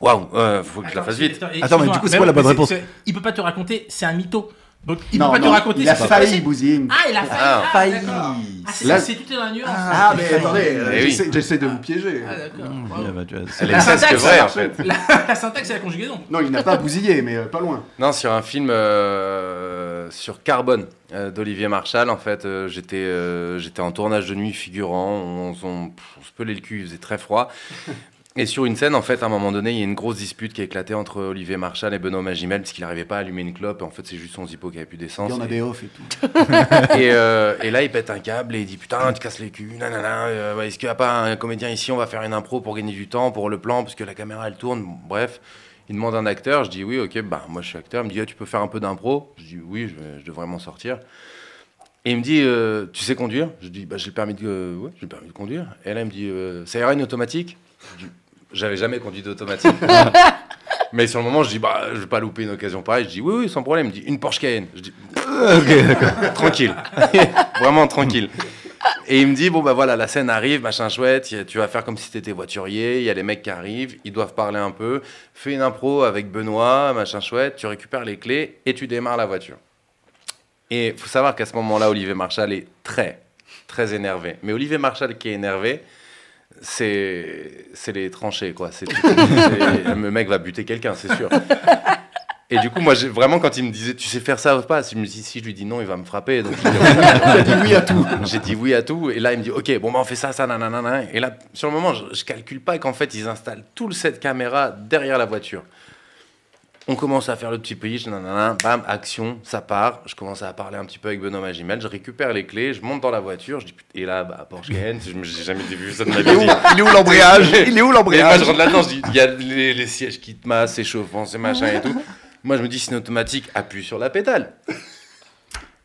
S6: Waouh, euh, faut que je la fasse vite.
S3: Attends,
S4: Attends, mais du
S3: excuse-moi.
S4: coup, c'est quoi la bonne
S3: c'est-
S4: réponse
S3: c'est- Il peut pas te raconter, c'est un mytho. Donc, il
S2: non,
S3: peut pas
S2: non,
S3: te raconter
S2: il a
S3: ce qui s'est
S2: failli
S3: passé.
S2: bousiller une
S3: Ah, il a failli.
S6: Ah,
S3: Ah, d'accord. Ah, c'est
S2: Là-
S3: ça, c'est tout est dans la nuance.
S2: Ah, mais attendez, euh,
S6: Eh oui.
S2: j'essaie- j'essaie de vous piéger.
S3: Ah, d'accord.
S4: Mmh,
S3: Bravo.
S4: ah bah, tu vois, c'est-
S6: Elle est presque
S3: syntaxe,
S6: vraie
S3: ça
S6: en fait.
S3: La, la [LAUGHS] syntaxe et la conjugaison.
S2: Non, il n'a pas bousillé, mais euh, pas loin.
S6: Non, sur un film euh, sur Carbone euh, d'Olivier Marshall, en fait, euh, j'étais euh, j'étais en tournage de nuit figurant, on, on- pff, on se pelait le cul, il faisait très froid. Et sur une scène, en fait, à un moment donné, il y a une grosse dispute qui a éclaté entre Olivier Marshall et Benoît Magimel, parce qu'il n'arrivait pas à allumer une clope, et en fait, c'est juste son zippo qui avait plus d'essence. Et-
S2: off et tout.
S6: [LAUGHS] et, euh, et là, il pète un câble et il dit Putain, tu casses les culs, nanana. euh, ouais, Est-ce qu'il n'y a pas un comédien ici On va faire une impro pour gagner du temps, pour le plan, parce que la caméra elle tourne. Bon, bref. Il demande un acteur, je dis oui, ok, bah moi je suis acteur. Il me dit, Ah, tu peux faire un peu d'impro Je dis oui, je, vais- je devrais m'en sortir. Et il me dit, euh, tu sais conduire Je dis, bah j'ai le permis de, euh, ouais, j'ai le permis de conduire. Et là il me dit, Euh, ça ira une automatique Je dis, J'avais jamais conduit d'automatique. Mais sur le moment, je dis, bah, je vais pas louper une occasion pareille. Je dis, oui, oui, sans problème. Il me dit, une Porsche Cayenne. Je dis, tranquille. Vraiment tranquille. Et il me dit, bon, bah voilà, la scène arrive, machin chouette, y a- tu vas faire comme si t'étais voiturier, il y a les mecs qui arrivent, ils doivent parler un peu, fais une impro avec Benoît, machin chouette, tu récupères les clés et tu démarres la voiture. Et faut savoir qu'à ce moment-là, Olivier Marchal est très, très énervé. Mais Olivier Marchal qui est énervé, c'est c'est les tranchées, quoi. C'est c'est- le mec va buter quelqu'un, c'est sûr. Et du coup, moi, j'ai- vraiment, quand il me disait, tu sais faire ça ou pas, si, je me dis- si je lui dis non, il va me frapper. Donc, j'ai dit oui à tout. [LAUGHS] J'ai dit oui à tout. Et là, il me dit, ok, bon, bah, on fait ça, ça, nanana. nanana. Et là, sur le moment, je, je calcule pas qu'en fait, ils installent tout le set caméra derrière la voiture. On commence à faire le petit pitch, nanana, bam, action, ça part. Je commence à parler un petit peu avec Benoît Magimel. Je récupère les clés, je monte dans la voiture. Je dis, putain, et là, bah, Porsche Cayenne, [LAUGHS] je me- j'ai jamais vu ça de ma vie.
S4: Il est où
S6: [LAUGHS]
S4: [LAUGHS] l'embrayage Il est où
S6: Et moi,
S4: l'embrayage
S6: je rentre là-dedans, je dis, il y a les, les sièges qui te massent, c'est chauffant, c'est machin et tout. Moi, je me dis, c'est une automatique, appuie sur la pédale.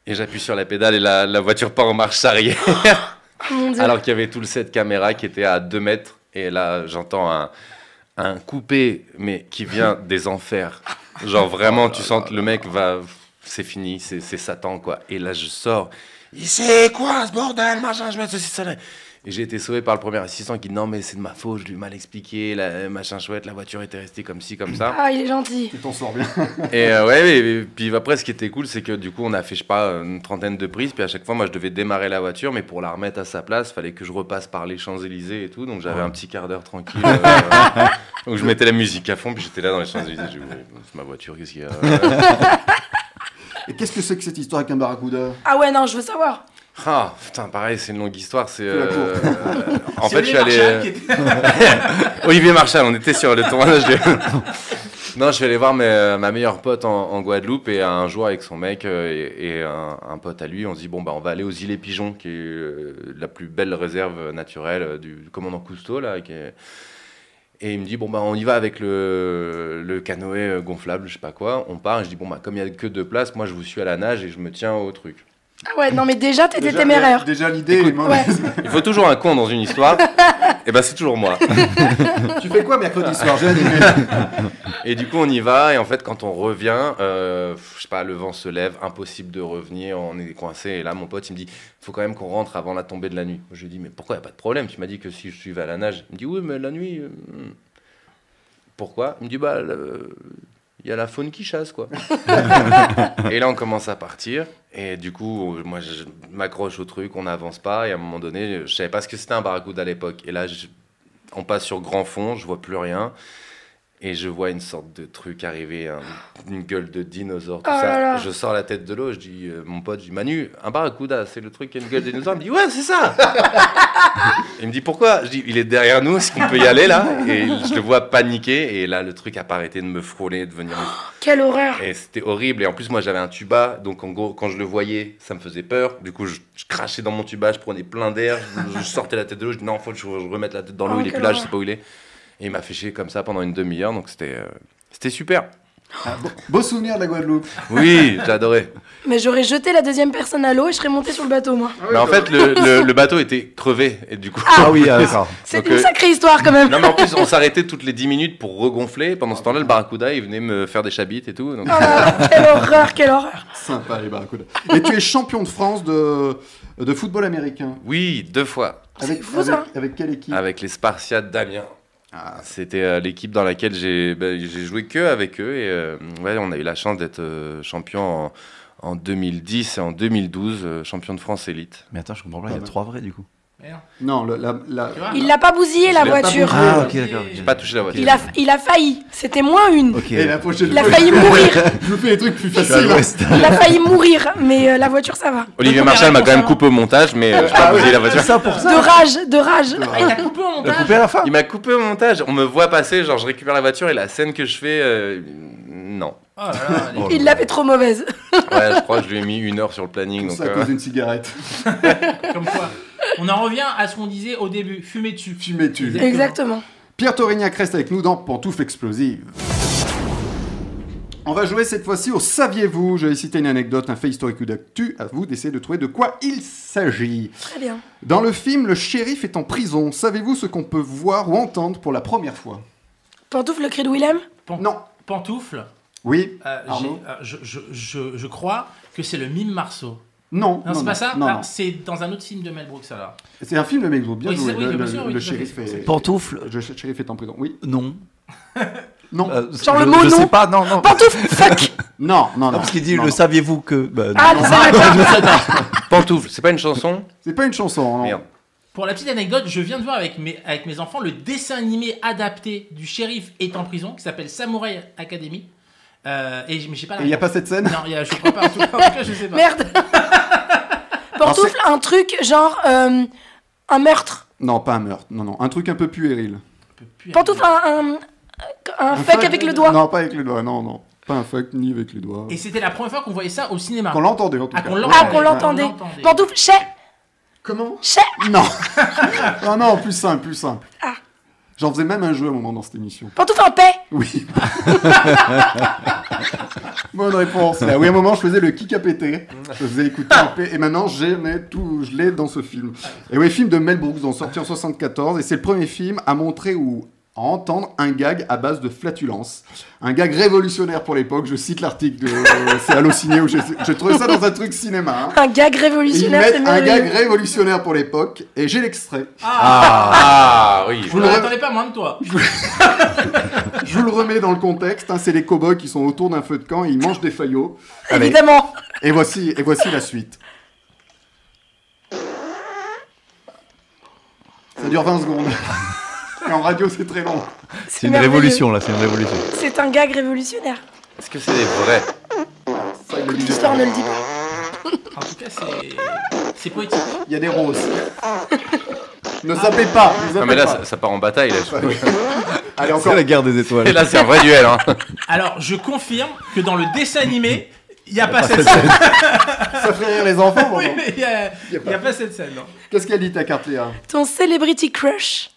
S6: Et j'appuie sur la pédale et la, la voiture part en marche arrière.
S5: Oh Mon Dieu.
S6: Alors qu'il y avait tout le set caméra qui était à 2 mètres. Et là, j'entends un, un coupé, mais qui vient des enfers. Genre vraiment, tu sens que le mec va. C'est fini, c'est c'est Satan, quoi. Et là, je sors. Il c'est quoi ce bordel, machin, je mets ceci, cela. Et j'ai été sauvé par le premier assistant qui dit non, mais c'est de ma faute, je lui ai mal expliqué, la, machin chouette, la voiture était restée comme ci, comme ça.
S5: Ah, il est gentil.
S2: Tu t'en sors bien.
S6: Et euh, ouais, et, et puis après, ce qui était cool, c'est que du coup, on a fait, je sais pas, une trentaine de prises. Puis à chaque fois, moi, je devais démarrer la voiture, mais pour la remettre à sa place, fallait que je repasse par les Champs-Élysées et tout. Donc j'avais un petit quart d'heure tranquille. euh, euh, [LAUGHS] donc je mettais la musique à fond, puis j'étais là dans les Champs-Élysées. J'ai dit, Ouais, c'est ma voiture, qu'est-ce qu'il y a
S2: Et qu'est-ce que c'est que cette histoire avec un barracuda
S5: Ah ouais, non, je veux savoir.
S6: Ah, putain, pareil, c'est une longue histoire. C'est.
S2: la cour.
S6: euh, euh, en
S3: C'est
S6: fait, je suis allé. euh,
S3: Olivier Marchal qui
S6: [LAUGHS]
S3: était-
S6: Olivier Marchal, on était sur le tournage. de- [LAUGHS] non, je suis allé voir mes- euh, ma meilleure pote en, en Guadeloupe et un jour avec son mec euh, et, et un, un pote à lui, on se dit bon bah on va aller aux îles Pigeons, qui est euh, la plus belle réserve naturelle euh, du commandant Cousteau là. qui est- Et il me dit bon bah on y va avec le, le canoë euh, gonflable, je sais pas quoi. On part et je dis bon bah comme il y a que deux places, moi je vous suis à la nage et je me tiens au truc.
S5: Ah ouais, non, mais déjà, t'étais
S2: Déjà-
S5: téméraire.
S2: Déjà l'idée est mauvaise.
S6: Il faut toujours un con dans une [LAUGHS] histoire. et ben c'est toujours moi.
S2: [LAUGHS] Tu fais quoi mercredi soir J'ai animé.
S6: Et du coup, on y va. Et en fait, quand on revient, euh, je sais pas, le vent se lève, impossible de revenir, on est coincé. Et là, mon pote, il me dit, faut quand même qu'on rentre avant la tombée de la nuit. Je lui dis, mais pourquoi y a pas de problème Tu m'as dit que si je suivais à la nage. Il me dit, oui, mais la nuit. euh, hmm. pourquoi Il me dit, bah, le- il y a la faune qui chasse, quoi. et là, on commence à partir. Et du coup, moi, je m'accroche au truc, on n'avance pas. Et à un moment donné, je savais pas ce que c'était un barracuda à l'époque. Et là, je- on passe sur grand fond, je vois plus rien. Et je vois une sorte de truc arriver, un- une gueule de dinosaure, tout
S5: Oh
S6: ça.
S5: là là.
S6: Je sors la tête de l'eau, je dis, euh, mon pote, je dis, Manu, un barracuda, c'est le truc qui a une gueule de dinosaure. Il me dit, ouais,
S5: [LAUGHS]
S6: c'est ça. il me dit, pourquoi Je dis, il est derrière nous, est-ce qu'on peut y aller là Et je le vois paniquer, et là, le truc a pas arrêté de me frôler, de venir me
S5: Quelle horreur.
S6: et c'était horrible. Et en plus, moi, j'avais un tuba. Donc, en gros, quand je le voyais, ça me faisait peur. Du coup, je, je crachais dans mon tuba, je prenais plein d'air. Je, je sortais la tête de l'eau. Je dis non, faut que je, je remette la tête dans l'eau.
S5: Oh,
S6: il est
S5: quelle
S6: plus là, je sais pas où il est. Et il m'a fait chier comme ça pendant une demi-heure. Donc, c'était. euh, C'était super.
S2: Beau souvenir de la Guadeloupe.
S6: Oui, j'ai adoré.
S5: Mais j'aurais jeté la deuxième personne à l'eau et je serais montée sur le bateau, moi.
S6: Mais en fait, le, le- le bateau était crevé. Et du coup.
S4: Ah oui, d'accord.
S5: C'est
S6: Donc,
S5: une
S6: euh,
S5: sacrée histoire, quand même.
S6: Non, mais en plus, on s'arrêtait toutes les 10 minutes pour regonfler. Pendant ce temps-là, le barracuda, il venait me faire des chabites et tout. Donc,
S5: Oh là là, quelle horreur, quelle horreur.
S2: Sympa les barracudas. Et tu es champion de France de, de football américain.
S6: oui, deux fois.
S2: Avec,
S5: fou,
S2: avec,
S5: ça.
S2: avec quelle équipe
S4: Ah.
S6: Avec les Spartiates d'Amiens.
S2: Ah.
S6: C'était euh, l'équipe dans laquelle j'ai ben, j'ai joué que avec eux. Et euh, ouais, on a eu la chance d'être euh, champion en, en 2010 et en 2012, euh, champion de France élite.
S4: Mais attends, je comprends pas, il y a trois vrais du coup.
S3: Merde,
S2: Non, le- la, la-
S3: tu vois
S5: Il l'a pas bousillé, la
S6: Je l'ai pas
S5: voiture.
S2: bousillé.
S4: Ah ok, d'accord.
S3: J'ai
S6: J'ai pas touché la voiture.
S5: Il a, il a failli. C'était moins une.
S4: Ok.
S2: Et la prochaine
S5: Il a
S2: fois, [LAUGHS]
S5: failli mourir.
S2: je vous fais des trucs plus
S4: Je suis à
S2: faciles.
S4: l'ouest.
S5: Il a failli mourir, mais euh, la voiture, ça va.
S6: Olivier
S3: Première
S6: Marchal m'a
S3: réponse,
S6: quand même
S3: hein.
S6: coupé au montage, mais
S5: Ah,
S6: euh, j'ai pas bousillé la voiture.
S4: Ça pour ça.
S5: De rage, de rage.
S3: Ah, il t'a coupé au
S4: T'as
S3: montage
S4: coupé à la fin
S6: Il m'a coupé au montage. On me voit passer, genre je récupère la voiture et la scène que je fais, euh, non.
S3: Oh là là, les-
S4: Oh.
S5: Il l'a fait trop mauvaise.
S6: Ouais, je crois que je lui ai mis une heure sur le planning.
S2: Tout
S6: Donc,
S2: ça hein. à
S6: euh,
S2: cause d'une cigarette.
S3: comme quoi. On en revient à ce qu'on disait au début, fumer dessus.
S2: Tu mets tu.
S5: Exactement.
S2: Pierre Torignac reste avec nous dans Pantoufles Explosives. On va jouer cette fois-ci au Saviez-vous J'avais cité une anecdote, un fait historique ou d'actu. À vous d'essayer de trouver de quoi il s'agit.
S5: Très bien.
S2: Dans le film, le shérif est en prison. Savez-vous ce qu'on peut voir ou entendre pour la première fois
S5: Pantoufle, le cri de Willem
S3: Pan-
S2: Non.
S3: Pantoufle,
S2: Oui
S3: euh,
S2: Arnaud
S3: j'ai- euh, je, je, je, je crois que c'est le mime Marceau.
S2: Non.
S3: Non, c'est pas ça
S2: Non,
S3: Ah,
S2: non.
S3: C'est dans un autre film de Mel Brooks alors.
S2: C'est un film de Mel Brooks, bien
S3: Oui, c'est-
S2: joué.
S3: oui,
S2: le,
S3: bien
S2: le-
S3: sûr, oui,
S2: le
S3: tout à fait.
S2: shérif est...
S4: Pantoufle
S2: Le shérif est en prison. Oui
S4: Non.
S2: Non
S4: Euh,
S5: Genre
S4: je-
S5: le mot
S4: Je
S5: non.
S4: sais pas, non, non.
S5: Pantoufle, fuck
S2: Non, non, non.
S4: Non, parce qu'il dit
S2: Non,
S4: le
S2: non.
S4: saviez-vous que. bah,
S5: Ah,
S4: non.
S5: le Salvatore.
S6: Pantoufle, c'est pas une chanson
S2: C'est pas une chanson, non.
S6: Merde.
S3: Pour la petite anecdote, je viens de voir avec mes, avec mes enfants le dessin animé adapté du shérif est en prison qui s'appelle Samurai Academy. Euh, et j- mais je sais pas. la
S2: Et il n'y a pas
S3: réponse.
S2: cette scène
S4: [LAUGHS]
S3: Non, il y a- je crois pas. En tout cas, en tout cas, je sais pas.
S5: Merde Pantoufle, un truc genre euh, un meurtre.
S2: Non, pas un meurtre. Non, non. Un truc un peu puéril.
S3: Je peux plus-
S5: Pantoufle, un, un, un fuck avec le doigt.
S2: Non, pas avec le doigt. Non, non. Pas un fuck ni avec les doigts.
S3: Et c'était la première fois qu'on voyait ça au cinéma.
S2: Qu'on l'entendait en tout
S3: Ah,
S2: cas.
S3: qu'on
S2: Ouais.
S3: l'entendait.
S5: Ah, qu'on l'entendait.
S3: On l'entendait.
S5: Pantoufle, chais,
S2: Comment
S5: chais.
S2: Non. [LAUGHS] non, non, plus simple, plus simple.
S5: Ah.
S2: J'en faisais même un jeu à un moment dans cette émission.
S5: Pantoufle en paix.
S2: Oui. [LAUGHS] Bonne réponse. Là, oui, à un moment, je faisais le kick à péter. Je faisais écouter en paix. Et maintenant, j'ai mais tout, je l'ai dans ce film. Et oui, film de Mel Brooks, donc sorti en 74. Et c'est le premier film à montrer ou à entendre un gag à base de flatulence. Un gag révolutionnaire pour l'époque. Je cite l'article de. euh, c'est Allociné où j'ai j'ai trouvé ça dans un truc cinéma. hein.
S5: Un gag
S2: Et ils
S5: révolutionnaire, c'est
S2: mettent un gag
S5: merveilleux.
S2: révolutionnaire pour l'époque. Et j'ai l'extrait.
S6: Ah, oui.
S3: Je ne
S2: le re-
S3: l'attendais pas moins de toi.
S2: Je vous le remets dans le contexte. hein. c'est les cow-boys qui sont autour d'un feu de camp. Ils mangent des faillots.
S5: Évidemment.
S2: Et voici, et voici la suite. Ça dure 20 secondes. Et en radio, c'est très long.
S4: C'est une
S5: merveilleux.
S4: révolution là, c'est une révolution.
S5: C'est un gag révolutionnaire.
S6: Est-ce que c'est vrai
S2: Ça, il, y a du-
S5: L'histoire ne le dit pas.
S3: En tout cas, c'est c'est poétique.
S2: il y a des roses. Ne zappez pas. ne zappez
S6: Non, mais là,
S2: pas.
S6: ça, ça part en bataille. Là, je-
S2: Allez, encore.
S4: C'est la guerre des
S6: Et
S4: étoiles.
S6: là, c'est un vrai duel. Hein.
S3: Alors, je confirme que dans le dessin animé, il n'y a pas cette
S4: cette
S3: scène.
S2: Ça ferait rire les enfants.
S3: Oui,
S2: vraiment.
S3: mais il n'y a,
S2: Y a pas.
S3: il y a pas cette scène. Non.
S2: Qu'est-ce qu'elle dit, ta carte, Léa
S5: Ton celebrity crush.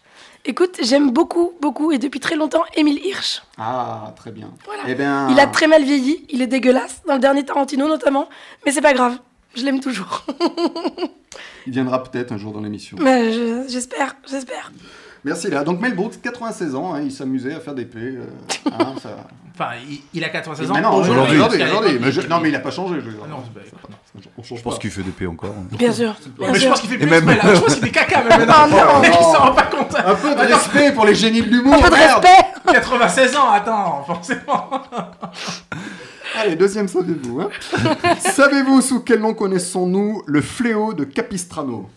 S5: Écoute, j'aime beaucoup, beaucoup et depuis très longtemps Émile Hirsch.
S2: Ah, très bien. Eh bien.
S5: Il a très mal vieilli, il est dégueulasse, dans le dernier Tarantino notamment, mais c'est pas grave, je l'aime toujours. [LAUGHS]
S2: Il viendra peut-être un jour dans l'émission.
S5: Mais je- J'espère, j'espère.
S2: Merci, Léa. Donc, Mel Brooks, 96 ans. hein, il s'amusait à faire des paix. euh, hein, ça-
S3: Enfin, il, il a 96 ans.
S2: Mais non,
S3: aujourd'hui.
S2: aujourd'hui, aujourd'hui,
S3: parce qu'à l'époque,
S2: mais je- Non, mais il a pas changé. Je...
S3: Ah non, bah, écoute, non.
S2: On change
S4: Je pense
S2: pas.
S4: qu'il fait des paix encore.
S5: Bien sûr. bien
S3: Mais je
S5: sûr.
S3: pense qu'il fait plus
S4: même-
S3: exprès, là. Je pense qu'il fait caca même maintenant.
S2: non,
S3: Mais il
S2: non.
S3: s'en rend pas compte.
S2: Un peu de respect pour les génies de l'humour.
S5: Un peu de
S2: merde.
S5: respect
S3: 96 ans, attends, forcément.
S2: Allez, deuxième, savez-vous.
S5: [LAUGHS]
S2: hein. savez-vous sous quel nom connaissons-nous le fléau de Capistrano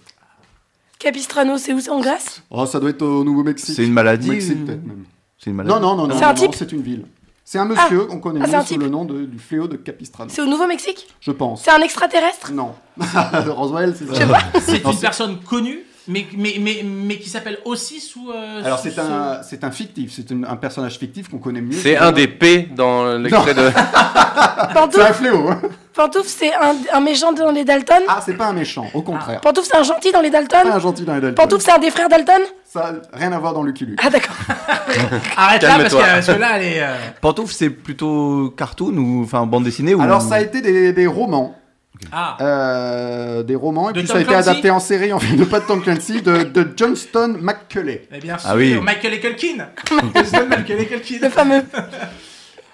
S5: Capistrano, c'est où ça en Grèce
S2: Oh, ça doit être au Nouveau-Mexique.
S4: C'est une maladie,
S2: Au Mexique,
S4: ou-
S2: peut-être même.
S4: C'est une maladie.
S2: Non, non, non, non.
S5: C'est
S2: non,
S5: un type
S2: C'est une ville. C'est un monsieur qu'on connaît
S5: Ah, c'est
S2: mieux
S5: un
S2: sous
S5: type.
S2: le nom de- du fléau de Capistrano,
S5: C'est au Nouveau-Mexique
S2: je pense.
S5: C'est un extraterrestre
S2: Non. [LAUGHS] Roswell, c'est ça.
S3: C'est
S2: Non,
S3: une
S2: c'est-
S3: personne connue, mais, mais, mais, mais qui s'appelle aussi sous. euh,
S2: Alors,
S3: sous
S2: c'est
S3: ce-
S2: un, c'est un fictif, c'est une- un personnage fictif qu'on connaît mieux.
S6: [LAUGHS] C'est
S2: que-
S6: un des P dans l'extrait de.
S2: C'est un
S5: Pantouf,
S2: fléau.
S5: [LAUGHS]
S2: hein.
S5: Pantouf c'est un, un méchant dans les Dalton
S2: Ah, c'est pas un méchant, au contraire.
S5: Pantouf, c'est un gentil dans les
S2: Pas un
S5: Dalton
S2: gentil dans les Dalton.
S5: Pantouf, c'est un des frères Dalton
S2: Ça a rien à voir dans Lucky Luke.
S5: Ah d'accord.
S3: Arrête là, parce que,
S6: Calme-toi.
S3: parce que là, elle est. euh,
S4: [LAUGHS] Pantouf, c'est plutôt cartoon ou enfin bande dessinée ou.
S2: Alors, ça a été des- des romans.
S3: Ah,
S2: euh, des romans, et
S3: De
S2: puis
S3: Tom
S2: ça a été
S3: Clancy
S2: adapté en série, en fait, de pas de Tom Clancy, de, de Johnston McCulley.
S3: eh bien sûr,
S4: Ah oui.
S3: Michael
S4: [LAUGHS]
S3: et Culkin. Michael et
S5: Le
S3: Culkin.
S5: fameux.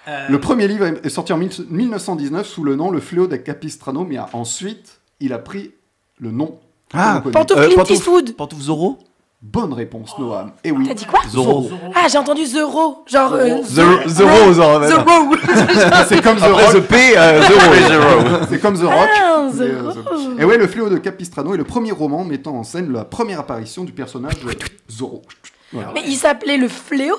S3: Euh.
S2: Le premier livre est sorti en 19- 1919 sous le nom Le Fléau des Capistrano, mais a- ensuite, il a pris le nom.
S4: Ah,
S2: que l'on connaît.
S5: Pantouf,
S4: Euh,
S5: Clint
S4: Pantouf.
S5: Eastwood
S4: Pantouf Zorro
S2: Bonne réponse, Noam. Et oui.
S5: T'as dit quoi
S4: Zorro.
S5: Ah, j'ai entendu Zero, genre... euh,
S4: Zorro, Zorro, Zorro.
S5: The Row.
S2: bah, C'est comme The
S4: Après,
S2: Rock.
S4: The P, euh,
S2: [LAUGHS]
S3: Ah,
S4: Zorro.
S6: [LAUGHS]
S2: C'est comme The Rock.
S5: Ah, The
S2: mais, euh,
S5: Rock.
S2: The- Et ouais, Le Fléau de Capistrano est le premier roman mettant en scène la première apparition du personnage de Zorro. Voilà.
S5: Mais il s'appelait le fléau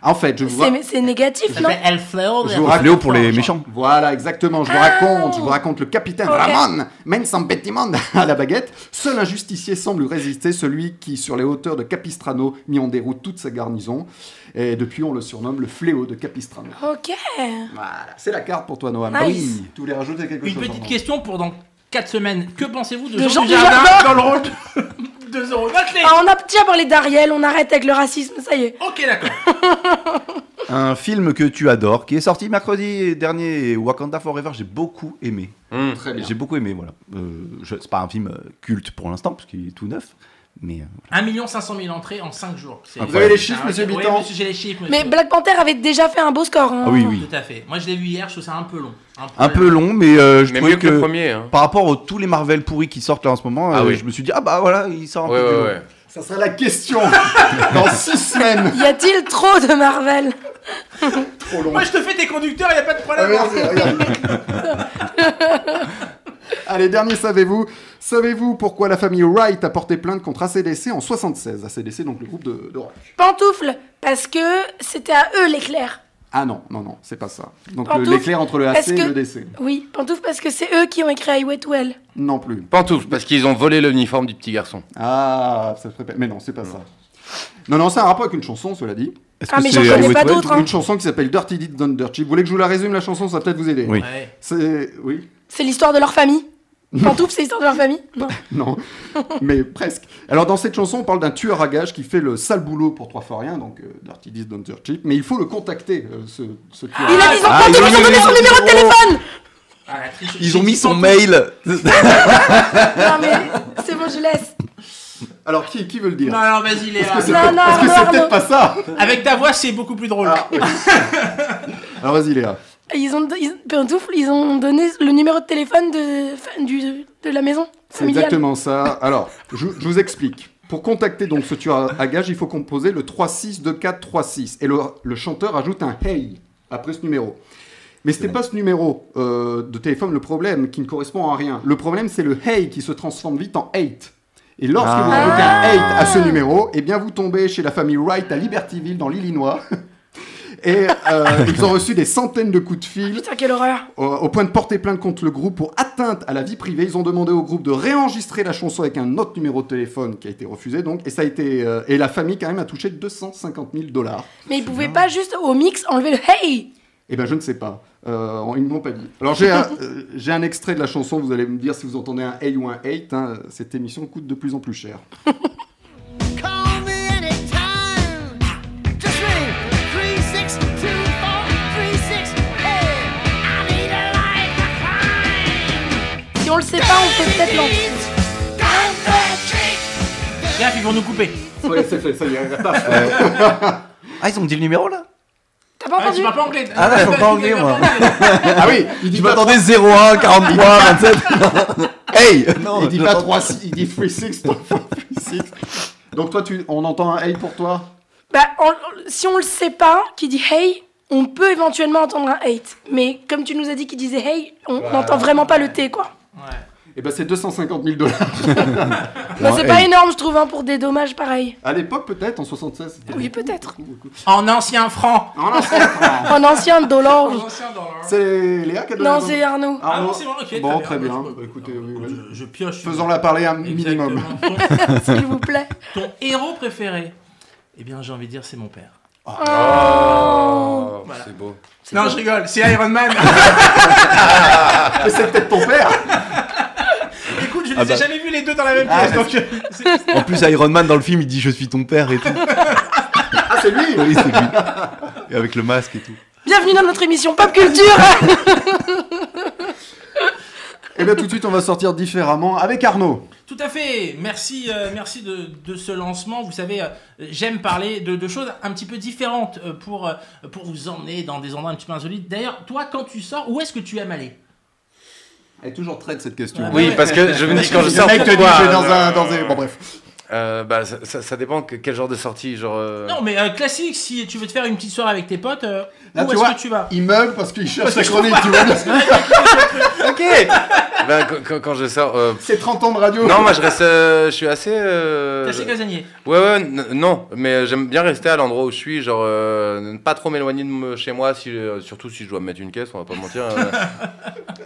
S2: En fait, je vous
S5: C'est mais c'est négatif, non
S3: Elle Fleur.
S2: Je vous
S4: Le
S2: raconte-
S4: Fléau pour les méchants.
S2: Ah. Voilà, exactement. Je vous raconte, je vous raconte le capitaine
S5: Ok.
S2: Ramon mène son petit monde [LAUGHS] à la baguette. Seul un justicier semble résister, celui qui, sur les hauteurs de Capistrano, mit en déroute toute sa garnison. Et depuis, on le surnomme le fléau de Capistrano.
S5: Ok. Ah,
S2: Voilà, c'est la carte pour toi, Noam.
S5: Nice.
S2: Oui. Tu voulais rajouter quelque
S3: Ah. Une
S2: chose
S3: petite
S2: Armand
S3: question pour dans 4 semaines. Que pensez-vous de
S5: De
S3: Jean
S5: Jean
S3: Dujardin dans le rôle de- de Zorro Batley
S5: Ah, on a déjà parlé d'Ariel, on arrête avec le racisme, ça y est.
S3: Ok, d'accord.
S4: Un film que tu adores, qui est sorti mercredi dernier, Wakanda Forever, j'ai beaucoup aimé.
S6: Hum.
S2: Très bien.
S4: J'ai beaucoup aimé, voilà. Euh, je- c'est pas un film euh, culte pour l'instant, parce qu'il est tout neuf, mais euh,
S3: 1 500 000 entrées en 5 jours. C'est-
S4: Vous avez
S2: les chiffres,
S3: Ah,
S2: monsieur
S3: oui,
S2: Bittan
S3: monsieur, j'ai les chiffres,
S5: Mais
S3: monsieur.
S5: Black Panther avait déjà fait un beau score. hein.
S4: Ah oui, oui.
S3: Tout à fait. Moi, je l'ai vu hier, je trouve ça un peu long.
S4: un peu long, mais euh, je
S6: Mais
S4: trouve
S6: mieux que,
S4: que,
S6: le premier. Hein.
S4: par rapport à tous les Marvel pourris qui sortent là en ce moment,
S6: Ah
S4: euh,
S6: oui.
S4: je me suis dit, ah bah voilà, il sort un
S6: Ouais,
S4: peu plus
S6: ouais,
S4: long.
S6: ouais.
S2: Ça sera la question [LAUGHS] dans six semaines.
S5: Y a-t-il trop de Marvel
S2: Trop long.
S3: Moi, je te fais tes conducteurs, il a pas de
S2: Ah,
S3: problème. hein.
S2: merci, regarde. [LAUGHS] Allez, dernier, savez-vous Savez-vous pourquoi la famille Wright a porté plainte contre ACDC en 76 ACDC, donc le groupe de, de rock.
S5: Pantoufle, parce que c'était à eux l'éclair.
S2: Ah non, non, non, c'est pas ça. Donc le-
S5: Pantoufle,
S2: l'éclair entre le AC
S5: est-ce
S2: et
S5: que-
S2: le DC.
S5: Oui, Pantoufle, parce que c'est eux qui ont écrit Highway to Hell.
S2: Non plus.
S6: Pantoufles, parce qu'ils ont volé l'uniforme du petit garçon.
S2: Ah, ça ferait... pas- Mais non, c'est pas ça. Non, non, c'est un rapport avec une chanson, cela dit.
S4: Est-ce
S5: Ah,
S4: que
S5: mais
S4: c'est
S5: j'en connais
S4: Highway
S5: pas
S4: to Hell
S5: d'autres, hein.
S2: Une chanson qui s'appelle Dirty Deed Done Dirty. Vous voulez que je vous la résume, la chanson Ça va peut-être vous aider.
S4: Oui.
S3: Ouais.
S2: C'est... Oui
S5: C'est l'histoire de leur famille. Pantoufle, c'est l'histoire de leur famille. Non.
S2: [LAUGHS] Non, mais presque. Alors dans cette chanson, on parle d'un tueur à gages qui fait le sale boulot pour trois fois rien, donc euh, Dirty Deeds Don't Dirt Cheap, mais il faut le contacter, euh, ce, ce tueur.
S5: Il a dit son
S4: Ah,
S5: compte,
S4: ils
S5: ils
S4: ont
S5: lui ont
S4: mis
S5: donné
S4: leur
S5: son numéro de téléphone
S3: Ah, la triche-
S4: Ils
S3: j'ai
S4: ont mis
S3: dit
S4: son
S3: Pantoufles.
S4: mail.
S5: Non, mais c'est bon, je laisse.
S2: Alors qui, qui veut le dire
S3: Non, non, vas-y, Léa.
S2: Parce que c'est
S5: Non,
S2: peut-
S5: non,
S2: parce que
S5: Arnaud,
S2: c'est peut-être
S5: Arnaud.
S2: pas ça
S3: Avec ta voix, c'est beaucoup plus drôle.
S2: Ah, oui. [LAUGHS] Alors vas-y Léa.
S5: Ils ont, ils, Pantoufle, ils ont donné le numéro de téléphone de, du, de la maison
S2: C'est
S5: familiale.
S2: exactement ça. Alors, je, je vous explique. Pour contacter donc ce tueur à- à gages, il faut composer le 362436. Et le, le chanteur ajoute un hey après ce numéro. Mais c'était pas ce numéro euh, de téléphone le problème, qui ne correspond à rien. Le problème, c'est le hey qui se transforme vite en hate. Et lorsque
S4: Ah.
S2: vous ajoutez un
S5: Ah.
S2: hate à ce numéro, eh bien vous tombez chez la famille Wright à Libertyville dans l'Illinois. [LAUGHS] Et euh, ils ont reçu des centaines de coups de fil
S5: Putain, quelle horreur.
S2: au, au point de porter plainte contre le groupe pour atteinte à la vie privée, ils ont demandé au groupe de réenregistrer la chanson avec un autre numéro de téléphone qui a été refusé donc, et ça a été euh, et la famille quand même a touché 250 000 dollars.
S5: Mais ils pouvaient pas juste au mix enlever le hey
S2: Eh ben je ne sais pas, Euh, ils ne m'ont pas dit. Alors j'ai [LAUGHS] un, euh, j'ai un extrait de la chanson, vous allez me dire si vous entendez un hey ou un hate. hein. cette émission coûte de plus en plus cher.
S8: Call me anytime. Just ring three six two four three six. Hey, I need a life to climb.
S5: Si on le sait pas, on fait peut-être l'enlever.
S8: Down the street.
S3: Gaffe, ils vont nous couper.
S2: Ouais, c'est fait, ça y est, taf.
S4: Ah, ils ont dit le numéro là
S5: T'as pas
S3: Ah, tu
S5: entendu
S3: parles pas anglais.
S4: Ah, là, je parle pas anglais, moi.
S2: Ah oui, il dit
S4: Je
S2: pas
S4: m'attendais 01, 43, 27.
S2: il dit
S4: hey je
S2: pas
S4: m'attendais-
S2: 3 il dit 3 6 Donc toi tu on entend un hey pour toi
S5: Bah, on- si on le sait pas, qui dit hey, on peut éventuellement entendre un hate. Mais comme tu nous as dit qu'il disait hey, on n'entend vraiment pas le T, quoi.
S2: Eh ben c'est 250 000 dollars.
S5: Bah,
S4: Ouais,
S5: c'est
S4: hey.
S5: pas énorme, je trouve, hein, pour des dommages pareils.
S2: À l'époque, peut-être, en 76, c'était.
S5: Oui, peut-être.
S2: beaucoup, beaucoup.
S3: [LAUGHS] En ancien franc.
S2: Non, non, c'est.
S5: En ancien dollar.
S3: [LAUGHS]
S2: C'est Léa qui a donné.
S5: Non,
S2: la
S5: c'est
S2: bonne-
S5: Arnaud.
S3: Ah non, c'est bon, ok. Ah,
S2: Bon, très bien.
S3: Je-
S2: Bah, écoutez, oui, oui.
S3: euh, Je, je pioche.
S2: Faisons-la parler un
S3: Exactement.
S2: minimum.
S3: Ton,
S5: S'il vous plaît.
S3: ton héros préféré Eh bien, j'ai envie de dire, c'est mon père.
S6: Oh, c'est beau.
S3: Non, je rigole, c'est Iron Man.
S2: Mais c'est peut-être ton père
S3: [LAUGHS] Écoute, je les
S4: Ah bah.
S3: ai jamais vus les deux dans la même
S2: Ah,
S3: pièce. donc, euh, c'est-
S4: En plus, Iron Man dans le film, il dit je suis ton père et tout.
S2: Ah, c'est lui
S4: Oui, c'est lui. Et avec le masque et tout.
S5: Bienvenue dans notre émission Pop Culture.
S2: Eh bien, tout de suite, on va sortir différemment avec Arnaud.
S3: Tout à fait, merci, euh, merci de, de ce lancement. Vous savez, euh, j'aime parler de, de choses un petit peu différentes euh, pour, euh, pour vous emmener dans des endroits un petit peu insolites. D'ailleurs, toi, quand tu sors, où est-ce que tu aimes aller
S2: Elle est toujours traite, cette question.
S3: Ah, bah
S6: Oui,
S3: ouais.
S6: parce que je me dis quand je
S2: Le
S6: sors.
S2: mec te dit,
S6: pourquoi,
S2: je vais dans
S6: euh,
S2: un. Dans un... Bon, bref.
S6: euh, bah, ça, ça- ça dépend que- quel genre de sortie. Genre, euh,
S3: Non, mais euh, classique, si tu veux te faire une petite soirée avec tes potes, euh,
S2: Là,
S3: où
S2: tu
S3: est-ce
S2: vois,
S3: que tu vas
S2: il meurt parce qu'il cherche
S3: Parce
S2: sa
S3: que je trouve
S2: chronique, tu vois.
S6: Ok [LAUGHS] Ben, quand- quand, quand je sors. euh,
S2: C'est 30 ans de radio.
S6: Non, moi je reste. euh, je suis assez. euh,
S3: T'as assez casanier.
S6: Ouais, ouais, n- non, mais euh, j'aime bien rester à l'endroit où je suis, genre euh, ne pas trop m'éloigner de me- chez moi, si, euh, surtout si je dois me mettre une caisse, on va pas mentir. [LAUGHS] euh.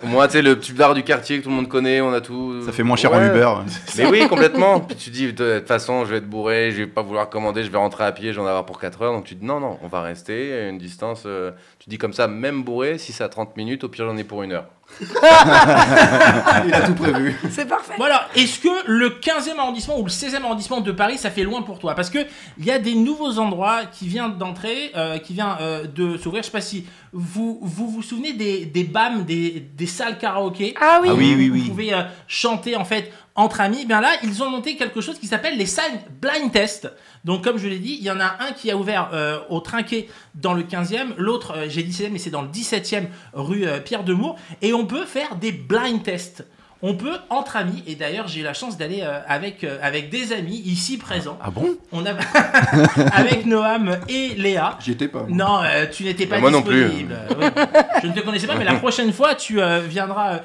S6: Au moins, tu sais, le petit bar du quartier que tout le monde connaît, on a tout.
S4: Ça fait moins cher en
S6: Ouais.
S4: Uber.
S6: Mais oui, complètement. Puis tu dis, de toute façon, je vais être bourré, je vais pas vouloir commander, je vais rentrer à pied, j'en vais avoir pour 4 heures. Donc tu dis non, non, on va rester à une distance. euh, tu dis comme ça, même bourré, si c'est à 30 minutes, au pire j'en ai pour une heure.
S2: Il a tout prévu.
S5: C'est parfait.
S3: Voilà, est-ce que le 15e arrondissement ou le 16e arrondissement de Paris, ça fait loin pour toi Parce que il y a des nouveaux endroits qui viennent d'entrer, euh, qui viennent euh, de s'ouvrir. Je sais pas si vous vous, vous souvenez des, des BAM, des, des salles karaoké
S5: Ah oui.
S4: Ah oui, oui,
S3: Vous
S4: oui.
S3: pouvez euh, chanter en fait entre amis. Eh Bien là, ils ont monté quelque chose qui s'appelle les salles blind test. Donc comme je l'ai dit, il y en a un qui a ouvert euh, au Trinquet dans le 15e, l'autre euh, j'ai dit 16e mais c'est dans le 17e rue euh, Pierre de Mour et on peut faire des blind tests. On peut entre amis et d'ailleurs, j'ai eu la chance d'aller euh, avec euh, avec des amis ici présents.
S4: Ah bon
S3: On a [LAUGHS] avec Noam et Léa.
S2: J'y étais pas. moi.
S3: Non, euh, tu n'étais pas
S6: Moi non plus.
S3: disponible. Euh, oui. [LAUGHS] Je ne te connaissais pas, mais la prochaine fois, tu euh, viendras euh,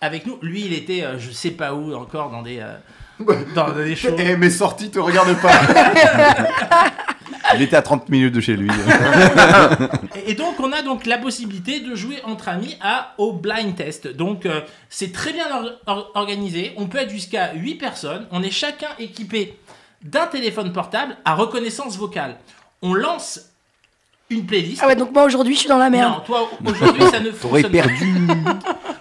S3: avec nous. Lui, il était, euh, je sais pas où, encore dans des, euh, dans
S5: [LAUGHS]
S3: des shows.
S2: Eh, mes sorties te regardent pas.
S4: Il était à 30 minutes de chez lui.
S3: Et- Et donc, on a donc la possibilité de jouer entre amis à, au blind test. Donc, euh, c'est très bien or- or- organisé. On peut être jusqu'à 8 personnes. On est chacun équipé d'un téléphone portable à reconnaissance vocale. On lance une playlist.
S5: Ah ouais, donc moi aujourd'hui je suis dans la
S3: non,
S5: merde.
S3: toi, aujourd'hui, ça
S6: [LAUGHS]
S3: ne
S4: T'aurais
S3: fonctionne pas.
S4: perdu.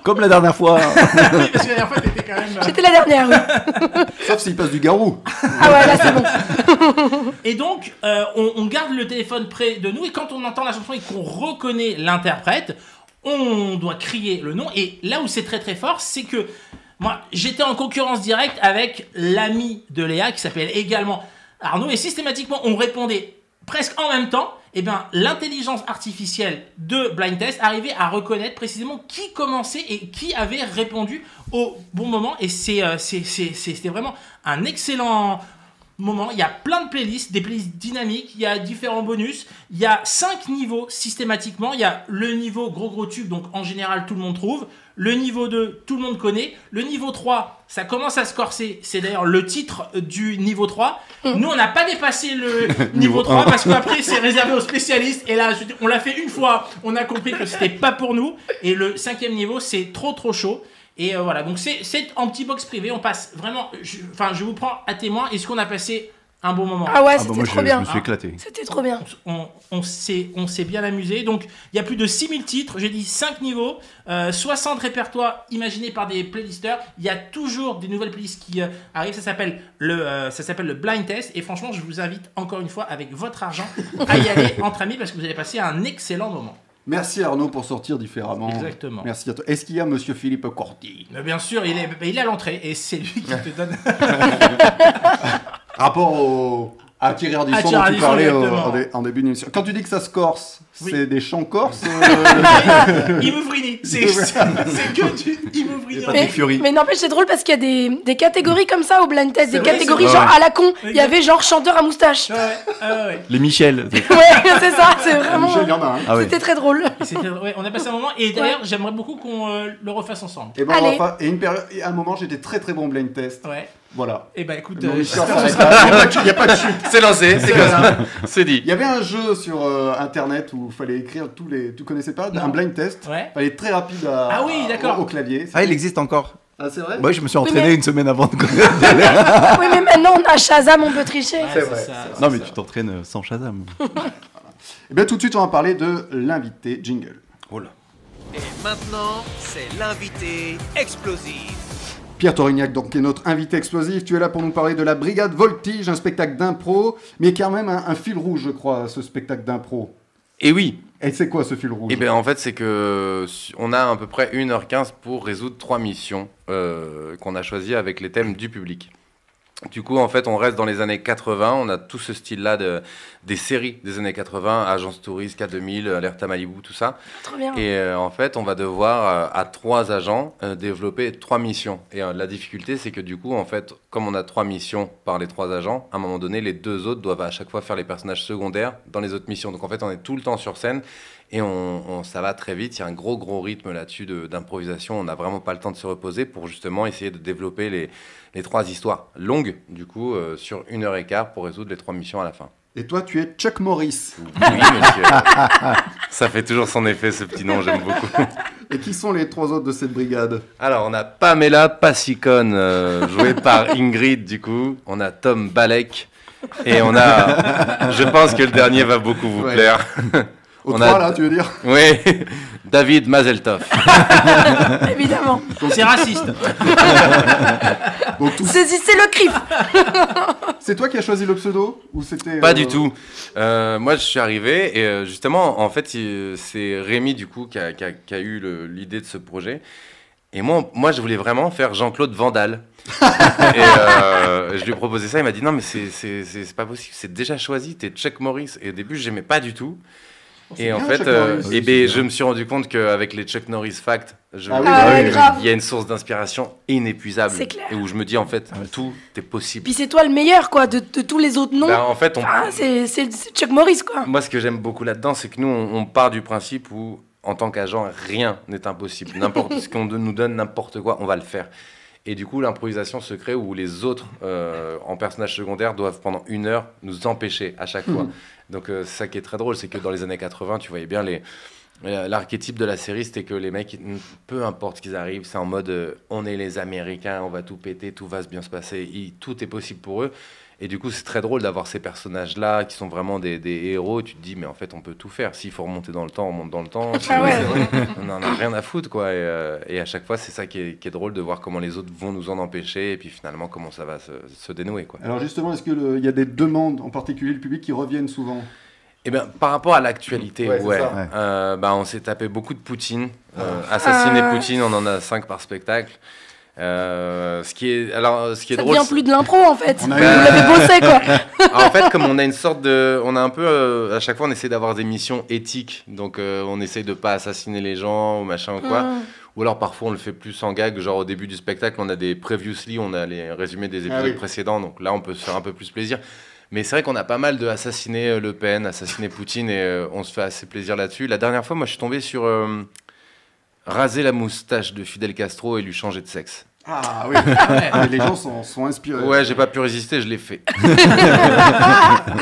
S4: Comme la dernière fois. Ah
S3: Oui, parce que la dernière fois, t'étais quand même... euh,
S5: J'étais la dernière. oui.
S2: Sauf s'il passe du garou.
S5: Ah ouais, là c'est bon.
S3: [LAUGHS] Et donc, euh, on, on garde le téléphone près de nous et quand on entend la chanson et qu'on reconnaît l'interprète, on doit crier le nom. Et là où c'est très très fort, c'est que moi, j'étais en concurrence directe avec l'ami de Léa qui s'appelle également Arnaud et systématiquement, on répondait presque en même temps. Et bien, l'intelligence artificielle de Blind Test arrivait à reconnaître précisément qui commençait et qui avait répondu au bon moment. Et c'est, euh, c'est- c'est- c'est- c'était vraiment un excellent moment. Il y a plein de playlists, des playlists dynamiques, il y a différents bonus, il y a 5 niveaux systématiquement. Il y a le niveau gros gros tube, donc en général tout le monde trouve. Le niveau 2, tout le monde connaît. Le niveau 3, ça commence à se corser. C'est d'ailleurs le titre du niveau 3. Nous, on n'a pas dépassé
S4: [LAUGHS]
S3: le niveau
S4: Mm. Niveau
S3: 3
S4: un.
S3: parce qu'après, c'est réservé aux spécialistes. Et là, je- on l'a fait une fois, on a compris que c'était pas pour nous. Et le cinquième niveau, c'est trop trop chaud. Et euh, voilà, donc c'est c'est en petit box privé, on passe vraiment. je- Enfin, je, vous prends à témoin. Est-ce qu'on a passé un bon moment
S5: Ah ouais,
S4: Ah bah
S5: c'était
S4: moi je,
S5: trop
S4: je
S5: bien. Ah,
S4: me suis éclaté.
S5: C'était trop bien.
S3: on, on s'est on s'est bien amusé. Donc, il y a plus de 6000 titres, j'ai dit 5 niveaux, euh, 60 répertoires imaginés par des playlisters. Il y a toujours des nouvelles playlists qui euh, arrivent. Ça s'appelle le, euh, ça s'appelle le blind test. Et franchement, je vous invite encore une fois, avec votre argent, à y
S5: [LAUGHS]
S3: aller entre amis parce que vous allez passer un excellent moment.
S2: Merci Arnaud pour sortir différemment.
S3: Exactement.
S2: Merci à toi. Est-ce qu'il y a Monsieur Philippe Corti
S3: Mais bien sûr, il est, il est à l'entrée et c'est lui qui te donne.
S2: Rapport au. À Thierry Ardisson
S3: À Ah, Thierry
S2: dont tu
S3: Ardisson,
S2: parlais euh, au-
S3: exactement.
S2: en, dé- en début d'émission. Quand tu dis que ça se corse,
S3: Oui.
S2: c'est des chants corses euh,
S3: [LAUGHS] Imouvrini. C'est c'est que du Imouvrini.
S4: Patrick Fiori.
S5: mais n'empêche, c'est drôle parce qu'il y a des, des catégories comme ça au blind test,
S3: C'est
S5: des
S3: vrai,
S5: catégories
S4: c'est
S5: genre
S4: vrai.
S5: à la con. Il y
S3: Exact.
S5: avait genre chanteur à moustache.
S3: [LAUGHS] Ouais, ouais, ouais.
S4: Les Michel.
S5: Ouais, c'est ça, c'est vraiment.
S2: Michel, il y en a un.
S4: Ah ouais.
S5: C'était très drôle.
S3: Et c'était- ouais, on a passé un moment et d'ailleurs j'aimerais beaucoup qu'on euh, le refasse ensemble.
S2: Et, ben, on va
S5: Allez.
S2: pas- et une période- et à un moment, j'étais très très bon blind test.
S3: Ouais.
S2: Voilà.
S3: Et bah écoute,
S2: Mon
S3: euh,
S2: histoire
S3: j'espère que ce
S2: s'arrête
S3: sera-
S2: là. Il y a pas de- Il n'y a pas de chute.
S6: C'est lancé, c'est comme ça. [LAUGHS] C'est dit.
S2: Il y avait un jeu sur euh, internet où il fallait écrire tous les. Tu connaissais pas
S3: Non.
S2: Un blind test.
S3: Ouais.
S2: Fallait être très rapide à-
S3: Ah oui, d'accord.
S2: au, au clavier.
S4: Ah, il existe encore.
S2: Ah, c'est vrai
S4: Moi, je me suis
S5: mais-
S4: entraîné une semaine avant de
S2: [LAUGHS]
S5: Oui, mais maintenant on a Shazam, on peut tricher.
S3: Ouais,
S2: C'est
S3: c'est
S2: vrai,
S3: ça.
S4: Non, mais tu t'entraînes euh, sans Shazam.
S2: Et Eh bien tout de suite, on va parler de l'invité jingle.
S1: Et maintenant, c'est l'invité explosif.
S2: Pierre Torignac, donc, qui est notre invité explosif. Tu es là pour nous parler de la Brigade Voltige, un spectacle d'impro, mais qui a même un, un fil rouge, je crois, ce spectacle d'impro.
S6: Et oui,
S2: Et c'est quoi ce fil rouge
S3: Eh
S6: Et
S3: ben
S6: bien Eh ben, en fait, c'est que su- on a à peu près 1h15 pour résoudre trois missions euh, qu'on a choisies avec les thèmes du public. Du coup, en fait, on reste dans les années 80. On a tout ce style-là de, des séries des années 80, Agence Touriste, K2000, Alerte à Malibu, tout ça.
S5: Trop bien.
S6: Et euh, en fait, on va devoir, euh, à trois agents, euh, développer trois missions. Et euh, la difficulté, c'est que du coup, en fait, comme on a trois missions par les trois agents, à un moment donné, les deux autres doivent à chaque fois faire les personnages secondaires dans les autres missions. Donc en fait, on est tout le temps sur scène et on, on- ça va très vite. Il y a un gros, gros rythme là-dessus de- d'improvisation. On n'a vraiment pas le temps de se reposer pour justement essayer de développer les, les trois histoires longues, du coup, euh, sur une heure et quart pour résoudre les trois missions à la fin.
S2: Et toi, tu es Chuck Morris.
S6: [LAUGHS] Oui, monsieur. ça fait toujours son effet, ce petit nom, j'aime beaucoup.
S2: Et qui sont les trois autres de cette brigade
S6: Alors, on a Pamela Passicone, euh, jouée par Ingrid, du coup. On a Tom Balek. Et on a. Je pense que le dernier va beaucoup vous
S2: Ouais.
S6: plaire.
S2: Aux
S6: On
S2: trois,
S6: a-
S2: là, tu veux dire
S6: Oui, David Mazeltov.
S5: évidemment.
S3: C'est raciste.
S2: Donc, tout-
S5: Saisissez le CRIF
S2: C'est toi qui as choisi le pseudo ou c'était
S6: Pas
S2: euh,
S6: du tout. Euh, moi, je suis arrivé et euh, justement, en fait, il- c'est Rémi du coup qui a, qui a- qui a eu le- l'idée de ce projet. Et moi, moi, je voulais vraiment faire Jean-Claude Vandal. et euh, je lui ai proposé ça. Il m'a dit non, mais c'est- c'est c'est- c'est pas possible. C'est déjà choisi. T'es Chuck Norris. Et au début, j'aimais pas du tout.
S2: Oh, c'est
S6: Et en
S2: bien,
S6: fait,
S2: Chuck
S6: euh,
S2: Norris.
S6: eh
S2: Oui,
S6: ben, je me suis rendu compte qu'avec les Chuck Norris Facts, je-
S2: Ah oui,
S5: Ah ouais,
S2: oui, oui.
S5: grave.
S6: il y a une source d'inspiration inépuisable.
S5: C'est clair.
S6: Et où je me dis en fait, tout est possible.
S5: Puis c'est toi le meilleur, quoi, de, de tous les autres noms.
S6: Ben, en fait, on,
S5: Ah, c'est c'est- c'est Chuck Morris, quoi.
S6: Moi, ce que j'aime beaucoup là-dedans, c'est que nous, on, on part du principe où, en tant qu'agent, rien n'est impossible. N'importe ce qu'on nous donne, n'importe quoi, on va le faire. Et du coup, l'improvisation se crée où les autres, euh, en personnage secondaire, doivent pendant une heure nous empêcher à chaque fois. Donc, euh, c'est ça qui est très drôle, c'est que dans les années 80, tu voyais bien les. euh, L'archétype de la série, c'était que les mecs, ils- peu importe ce qu'ils arrivent, c'est en mode euh, on est les Américains, on va tout péter, tout va bien se passer, ils- tout est possible pour eux. Et du coup, c'est très drôle d'avoir ces personnages-là qui sont vraiment des, des héros. Tu te dis, mais en fait, on peut tout faire. S'il faut remonter dans le temps, on monte dans le temps.
S5: Ah ouais.
S6: On n'en a rien à foutre, quoi. Et, euh, et à chaque fois, c'est ça qui est, qui est drôle de voir comment les autres vont nous en empêcher et puis finalement, comment ça va se, se dénouer, quoi.
S2: Alors justement, est-ce qu'il y a des demandes, en particulier le public, qui reviennent souvent
S6: Eh bien, par rapport à l'actualité,
S2: Ouais,
S6: ouais,
S2: c'est ça.
S4: Ouais.
S6: Euh, bah, on s'est tapé beaucoup de Poutine. Euh, assassiner
S5: Ah.
S6: Poutine, on en a 5 par spectacle. Euh, ce qui est, alors, ce qui est
S5: Ça
S6: drôle.
S5: devient
S6: c'est-
S5: plus de l'impro, en fait. Vous
S2: On a eu-
S5: l'avez bossé, quoi.
S6: Ah, en fait, comme on a une sorte de, on a un peu, euh, à chaque fois, on essaie d'avoir des missions éthiques. Donc, euh, on essaie de pas assassiner les gens ou machin ou quoi.
S5: Mm.
S6: Ou alors, parfois, on le fait plus en gag. Genre au début du spectacle, on a des previously, on a les résumés des épisodes
S2: Ah oui.
S6: précédents. Donc là, on peut se faire un peu plus plaisir. Mais c'est vrai qu'on a pas mal de assassiner euh, Le
S2: [LAUGHS]
S6: Pen, assassiner Poutine, et euh, on se fait assez plaisir là-dessus. La dernière fois, moi, je suis tombé sur euh, raser la moustache de Fidel Castro et lui changer de sexe.
S2: Ah oui, les gens sont, sont inspirés.
S6: Ouais, j'ai pas pu résister, je l'ai fait.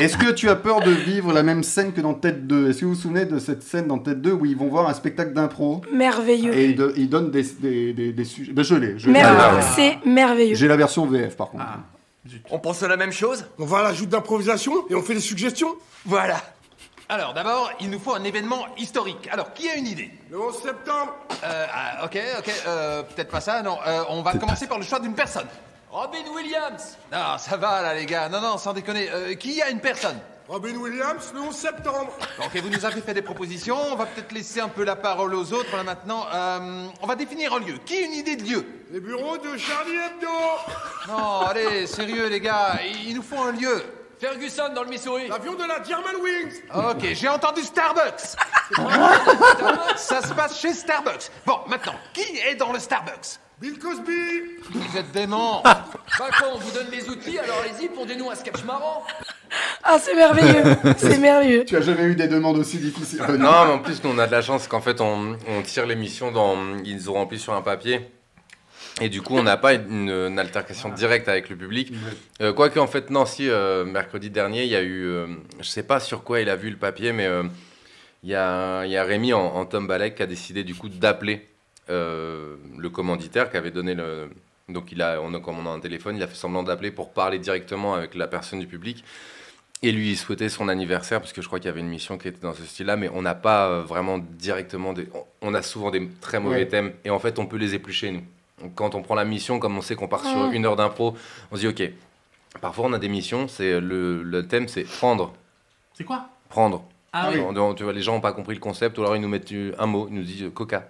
S2: Est-ce que tu as peur de vivre la même scène que dans Tête 2 Est-ce que vous vous souvenez de cette scène dans Tête 2 où ils vont voir un spectacle d'impro
S5: Merveilleux.
S2: et ils, do- ils donnent des, des- des- des sujets ben, Je l'ai, je l'ai.
S5: Merveilleux.
S6: Ah ouais.
S5: C'est merveilleux.
S2: J'ai la version VF par contre.
S9: On pense à la même chose
S10: On va à la joute d'improvisation et on fait des suggestions.
S9: Voilà. Alors d'abord, il nous faut un événement historique. Alors, qui a une idée
S10: Le 11 septembre
S9: Euh, ah, ok, ok, euh, peut-être pas ça, non. Euh, on va commencer par le choix d'une personne. Robin Williams Non, ça va là, les gars. Non, non, sans déconner. Euh, qui a une personne
S10: Robin Williams, le 11 septembre
S9: Ok, vous nous avez fait des propositions. On va peut-être laisser un peu la parole aux autres là maintenant. Euh, on va définir un lieu. Qui a une idée de lieu
S10: Les bureaux de Charlie Hebdo
S9: Non, allez, sérieux, les gars. Il, il nous faut un lieu. Ferguson dans le Missouri.
S10: L'avion de la Germanwings
S9: Ok, j'ai entendu [LAUGHS] Starbucks. Ça se passe chez Starbucks. Bon, maintenant, qui est dans le Starbucks
S10: Bill Cosby
S9: Vous êtes dément. Bacon, on vous donne les outils, alors allez-y, pondez-nous un sketch marrant.
S5: Ah, c'est merveilleux. C'est merveilleux.
S2: Tu as jamais eu des demandes aussi difficiles Enfin,
S6: Euh, [LAUGHS] Non, mais en plus, nous, on a de la chance qu'en fait, on, on tire l'émission dans. Ils ont rempli sur un papier. Et du coup, on n'a pas une, une altercation directe avec le public. Euh, Quoique, en fait, non, si, euh, mercredi dernier, il y a eu. euh, je sais pas sur quoi il a vu le papier, mais euh, il y, a, il y a Rémi en, en Tom Balek qui a décidé, du coup, d'appeler euh, le commanditaire qui avait donné le. Donc, il a, on a, comme on a un téléphone, il a fait semblant d'appeler pour parler directement avec la personne du public et lui souhaiter son anniversaire, parce que je crois qu'il y avait une mission qui était dans ce style-là, mais on n'a pas euh, vraiment directement des... on- On a souvent des très mauvais
S2: Ouais.
S6: thèmes, et en fait, on peut les éplucher, nous. Donc, Quand on prend la mission, comme on sait qu'on part
S5: Mm.
S6: sur une heure d'impro, on se dit, OK, parfois on a des missions, c'est le, le thème, c'est prendre,
S3: C'est quoi
S6: prendre.
S3: Ah oui.
S6: On- on- tu vois, les gens n'ont pas compris le concept, ou alors ils nous mettent euh, un mot, ils nous disent euh, coca.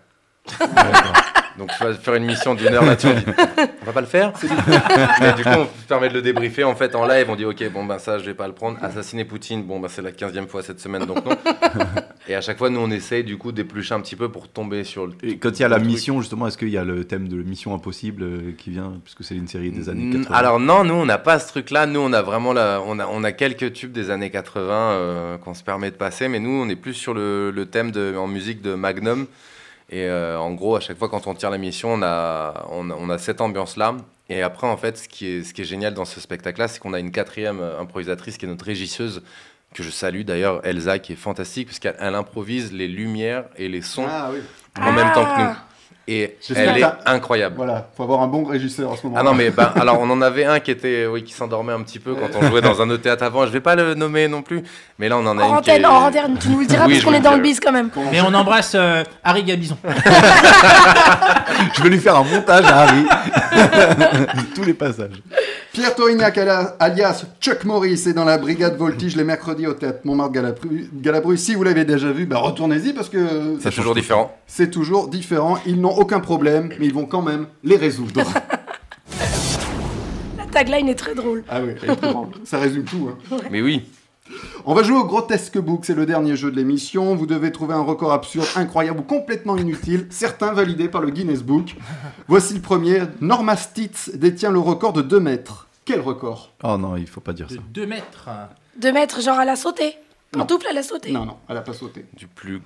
S6: [LAUGHS] Donc, tu vas faire une mission d'une heure là-dessus, on dit, on va pas le faire. [LAUGHS] Mais du coup, on se permet de le débriefer en fait en live. On dit ok, bon ben ça, je vais pas le prendre. Assassiner Poutine, bon ben c'est la 15 e fois cette semaine, donc
S4: [LAUGHS]
S6: non. Et à chaque fois, nous on essaye du coup d'éplucher un petit peu pour tomber sur le.
S4: Et quand il y a la
S6: le truc.
S4: mission, justement, est-ce qu'il y a le thème de Mission Impossible euh, qui vient Puisque c'est une série des années
S6: Mm,
S4: 80.
S6: Alors non, nous on n'a pas ce truc-là. Nous on a vraiment la, on a, on a quelques tubes des années 80 euh, qu'on se permet de passer, mais nous on est plus sur le, le thème de, en musique de Magnum. Et euh, en gros, à chaque fois quand on tire la mission, on a, on a, on a cette ambiance-là. Et après, en fait, ce qui est, ce qui est génial dans ce spectacle-là, c'est qu'on a une quatrième euh, improvisatrice qui est notre régisseuse que je salue d'ailleurs, Elsa, qui est fantastique, parce qu'elle elle improvise les lumières et les sons en
S2: Ah.
S6: même temps que nous. Et
S2: J'espère
S6: elle
S2: que
S6: est
S2: t'as-
S6: incroyable.
S2: Voilà, faut avoir un bon régisseur en ce moment.
S6: Ah non mais ben, alors on en avait un qui était euh, oui qui s'endormait un petit peu quand on jouait dans un autre théâtre avant. Je vais pas le nommer non plus, mais là on en a
S5: En
S6: une qui est-
S5: antenne, en antenne, tu nous le diras
S6: Oui,
S5: parce
S6: je
S5: qu'on
S6: vous
S5: est
S6: le
S5: dans le
S6: dirai.
S5: biz quand même.
S3: Mais on embrasse euh, Harry Gabison.
S4: Je vais lui faire un montage à Harry. [LAUGHS] Tous les passages.
S2: Pierre Torignac, ala- alias Chuck Morris, est dans la brigade Voltige les mercredis au théâtre Montmartre Galabru. Galabru. Si vous l'avez déjà vu, bah retournez-y parce que
S6: C'est toujours différent.
S2: c'est toujours différent. Ils n'ont aucun problème, mais ils vont quand même les résoudre.
S5: La tagline est très drôle.
S2: [LAUGHS] ah oui, elle est très drôle. ça résume tout. hein.
S6: Mais oui.
S2: On va jouer au Grotesque Book, c'est le dernier jeu de l'émission. Vous devez trouver un record absurde, incroyable ou complètement inutile, certains validés par le Guinness Book. Voici le premier. Norma Stitz détient le record de 2 mètres. Quel record
S4: Oh non, il faut pas dire ça.
S3: 2 mètres.
S5: De mettre genre à la sauter. Pantoufle à la sauter.
S2: Non, non, elle a pas sauté.
S6: Du plus.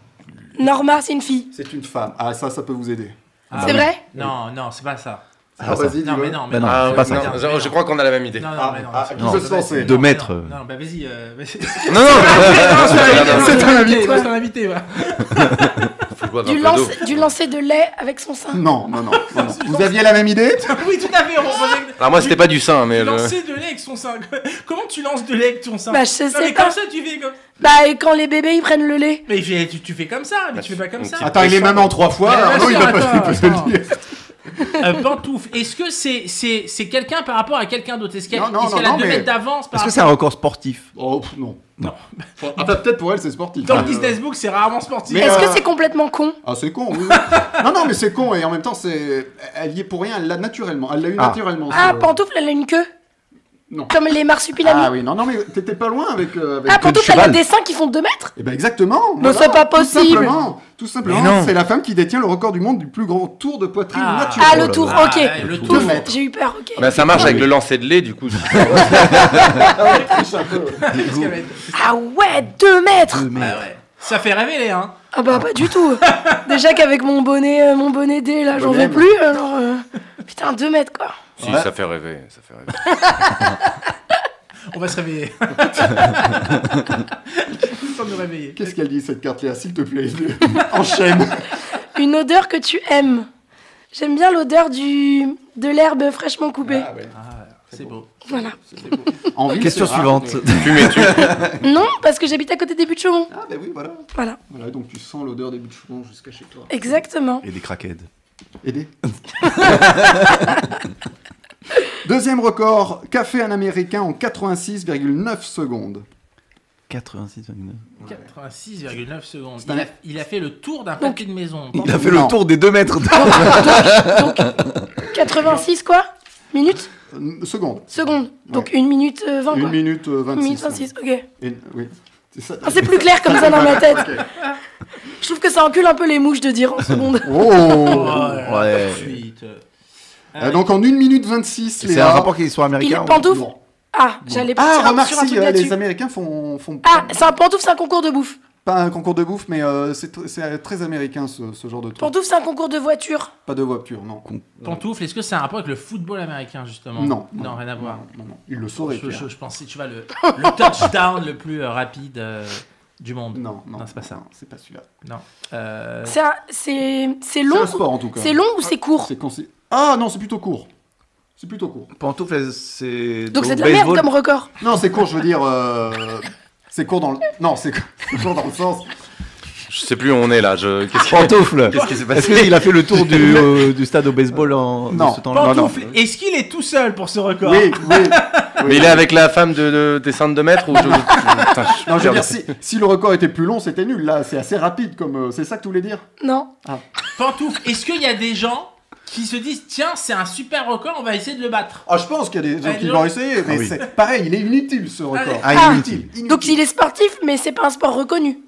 S5: Norma, c'est une fille.
S2: C'est une femme. Ah, ça, ça peut vous aider.
S3: Ah
S5: C'est vrai
S3: Non, non, c'est pas ça.
S2: Ah,
S4: pas ça.
S2: vas-y,
S3: Non,
S2: dis-le.
S3: mais non, mais
S4: Bah non,
S3: non,
S4: c'est
S3: mais
S4: pas ça.
S3: non,
S6: Non,
S3: mais
S6: je- je crois qu'on a la même idée.
S3: Non,
S6: Non,
S3: non, mais non.
S2: Ah,
S3: c'est-
S2: qui
S3: non,
S2: se
S3: c'est-
S2: lancer
S3: non,
S4: Deux
S3: mais
S4: mètres,
S3: non,
S4: euh.
S3: Non, bah vas-y. euh, vas-y.
S6: non,
S3: [LAUGHS]
S6: non,
S2: Ah, C'est un invité.
S3: C'est un invité, ouais. [LAUGHS]
S6: faut que je boive
S5: du,
S6: un peu d'eau.
S5: lance- du lancer de lait avec son sein.
S2: Non, non, non. non, non. Vous aviez la même
S3: [LAUGHS]
S2: idée
S3: Oui, tout à fait.
S2: Ah.
S3: On reposait-
S6: Alors Ah, moi c'était pas du sein
S2: Eh
S6: mais
S3: Tu
S6: le-
S3: lançais de lait avec son sein. [LAUGHS] Comment tu lances de lait avec ton sein
S5: Bah, je
S3: Non,
S5: sais
S3: mais
S5: pas.
S3: comme ça, tu fais comme.
S5: Bah, et quand les bébés ils prennent le lait.
S3: Mais fais- tu, tu fais comme ça, mais tu fais pas comme ça.
S2: Attends, il est maman trois fois.
S3: Mais
S2: alors
S3: bien
S2: non, il
S3: sûr,
S2: peut pas, il
S3: attends,
S2: peut pas
S3: attends.
S2: le dire.
S3: Euh, pantoufle, est-ce que c'est c'est c'est quelqu'un par rapport à quelqu'un d'autre Est-ce qu'elle
S2: Non, non,
S3: est-ce
S2: non,
S3: qu'elle a
S2: non,
S3: 2
S2: mais-
S3: mètres d'avance par
S4: Est-ce que
S3: rapport
S4: c'est un record sportif
S2: Oh, pff, non.
S4: Non.
S2: Enfin, ah, peut-être pour elle, c'est sportif.
S3: Dans le
S2: Euh,
S3: business book, c'est rarement sportif.
S2: Mais-
S3: [LAUGHS]
S5: Est-ce
S2: euh,
S5: que c'est complètement con
S2: Ah, c'est con, oui. oui. non, non, mais c'est con. Et en même temps, c'est... elle y est pour rien. Elle l'a naturellement. Elle l'a eu
S4: Ah.
S2: naturellement.
S5: Ah,
S2: ce-
S5: pantoufle, elle a une queue
S2: Non.
S5: Comme les marsupilamis.
S2: Ah oui, non, non, mais t'étais pas loin avec. euh, avec...
S5: Ah, pantoufle, elle a
S4: cheval.
S5: des seins qui font 2 mètres
S2: Eh ben exactement.
S5: Mais c'est pas possible.
S2: Tout simplement. Tout simplement.
S4: Mais non.
S2: C'est la femme qui détient le record du monde du plus grand tour de poitrine
S3: Ah.
S2: naturelle.
S5: Ah,
S4: Oh
S5: le
S4: là
S5: tour,
S4: là.
S5: ok.
S3: Ah, ouais, le
S4: Deux
S3: tour.
S2: mètres.
S5: J'ai eu peur, ok.
S6: Bah, ça marche avec le lancer de lait du coup.
S3: Ah,
S2: [LAUGHS]
S3: Qu'est-ce qu'elle va être
S5: Ah ouais, 2 mètres
S4: Deux mètres.
S3: Ah ouais. Ça fait rêver les hein.
S5: Ah bah pas
S2: [LAUGHS]
S5: du tout. Déjà qu'avec mon bonnet, euh, mon bonnet D, là, j'en
S2: Bonnet.
S5: veux plus. Alors, euh, putain, 2 mètres quoi.
S6: si
S2: Ouais.
S6: ça fait rêver, ça fait rêver.
S3: On va se réveiller. [LAUGHS] Le temps de nous réveiller.
S2: Qu'est-ce qu'elle dit cette carte-là, s'il te plaît [LAUGHS] Enchaîne.
S5: Une odeur que tu aimes. J'aime bien l'odeur du de l'herbe fraîchement coupée.
S2: Ah, ouais.
S3: C'est beau.
S5: Voilà.
S2: En ville,
S4: Question
S2: c'est rare,
S4: suivante.
S5: Non, parce que j'habite à côté des buts de Chaumont.
S2: Ah ben oui, voilà.
S5: Voilà,
S2: Voilà, donc tu sens l'odeur des bûcherons jusqu'à chez toi.
S5: exactement.
S4: Et des craquettes.
S2: Aidez. [LAUGHS] Deuxième record, café un américain en 86,9 secondes.
S4: 86,9.
S3: 86,9 secondes.
S2: un-
S3: Il a, il a fait le tour d'un paquet de maison.
S4: Il a fait
S2: Non.
S4: le tour des 2 mètres.
S5: 86 quoi Minutes
S2: Euh, secondes.
S5: Secondes. Donc 1 minute euh, 20
S2: Une
S5: quoi.
S2: minute euh, 26.
S5: Une minute 26, ok.
S2: Et- oui. C'est ça.
S5: Ah, c'est plus clair comme ça
S2: [LAUGHS]
S5: dans ma tête.
S2: Ok.
S5: Je trouve que ça encule un peu les mouches de
S2: [LAUGHS]
S5: dire en seconde.
S3: Oh
S2: Oh
S3: là là,
S4: Ouais.
S3: tout de suite. Euh,
S5: Ah
S2: Euh, Donc en 1 minute 26,
S4: C'est
S2: Léa.
S4: un rapport qu'ils soient
S5: Il est
S4: américains. ou-
S5: pantoufle
S2: Non.
S5: Ah, j'allais partir
S2: Ah, remarque
S5: sur un
S2: si
S5: truc
S2: euh, les
S5: là-dessus.
S2: Américains font, font
S5: Ah, c'est un pantoufle, c'est un concours de bouffe.
S2: pas un concours de bouffe, mais euh, c'est tr- c'est euh, très américain ce, ce genre de truc.
S5: Pantoufle, c'est un concours de voiture.
S2: Pas de voiture, non.
S3: Pantoufle, est-ce que c'est un rapport avec le football américain justement
S2: Non.
S3: Non, rien à voir.
S2: Non, non, non. Il le saurait.
S3: Je,
S2: Pierre.
S3: je, je pensais, tu vois, le, le touchdown le plus euh, rapide euh, du monde.
S2: Non, non,
S3: Non, c'est pas ça.
S2: non, C'est pas celui-là.
S3: Non. Euh,
S5: C'est un- C'est c'est
S2: C'est
S5: long.
S2: un sport en tout cas.
S5: C'est long ou c'est court
S2: C'est consi- Ah non, c'est plutôt court. C'est plutôt court.
S4: Pantoufle, c'est.
S5: Donc
S4: au
S5: c'est de la merde
S4: baseball.
S5: comme record.
S2: Non, c'est court, je veux dire. euh, C'est court dans le. Non, c'est c'est court [LAUGHS] dans le sens.
S6: Je sais plus où on est là. Je... Qu'est-ce que-
S4: Pantoufle.
S6: Qu'est-ce qui s'est
S4: Est-ce
S6: passé
S4: qu'il a fait le tour du, euh, du stade au baseball en
S2: Non.
S4: ce temps-là
S3: Pantoufle, est-ce qu'il est tout seul pour ce record
S2: Oui, oui.
S6: Mais il est avec la femme de, de- des seins de 2 mètres ou je... Putain, je-
S2: Non, je veux dire, si, si le record était plus long, c'était nul. Là, c'est assez rapide comme. euh, C'est ça que tu voulais dire
S5: Non.
S3: Pantoufle, est-ce qu'il y a des gens qui se disent tiens, c'est un super record, on va essayer de le battre
S2: Ah, je pense qu'il y a des gens
S3: Ah,
S2: qui
S3: non.
S2: l'ont essayé, mais
S4: Ah oui.
S2: c'est pareil, il est inutile ce record.
S4: Ah,
S5: Ah.
S4: inutile.
S5: Donc il est sportif, mais c'est pas un sport reconnu.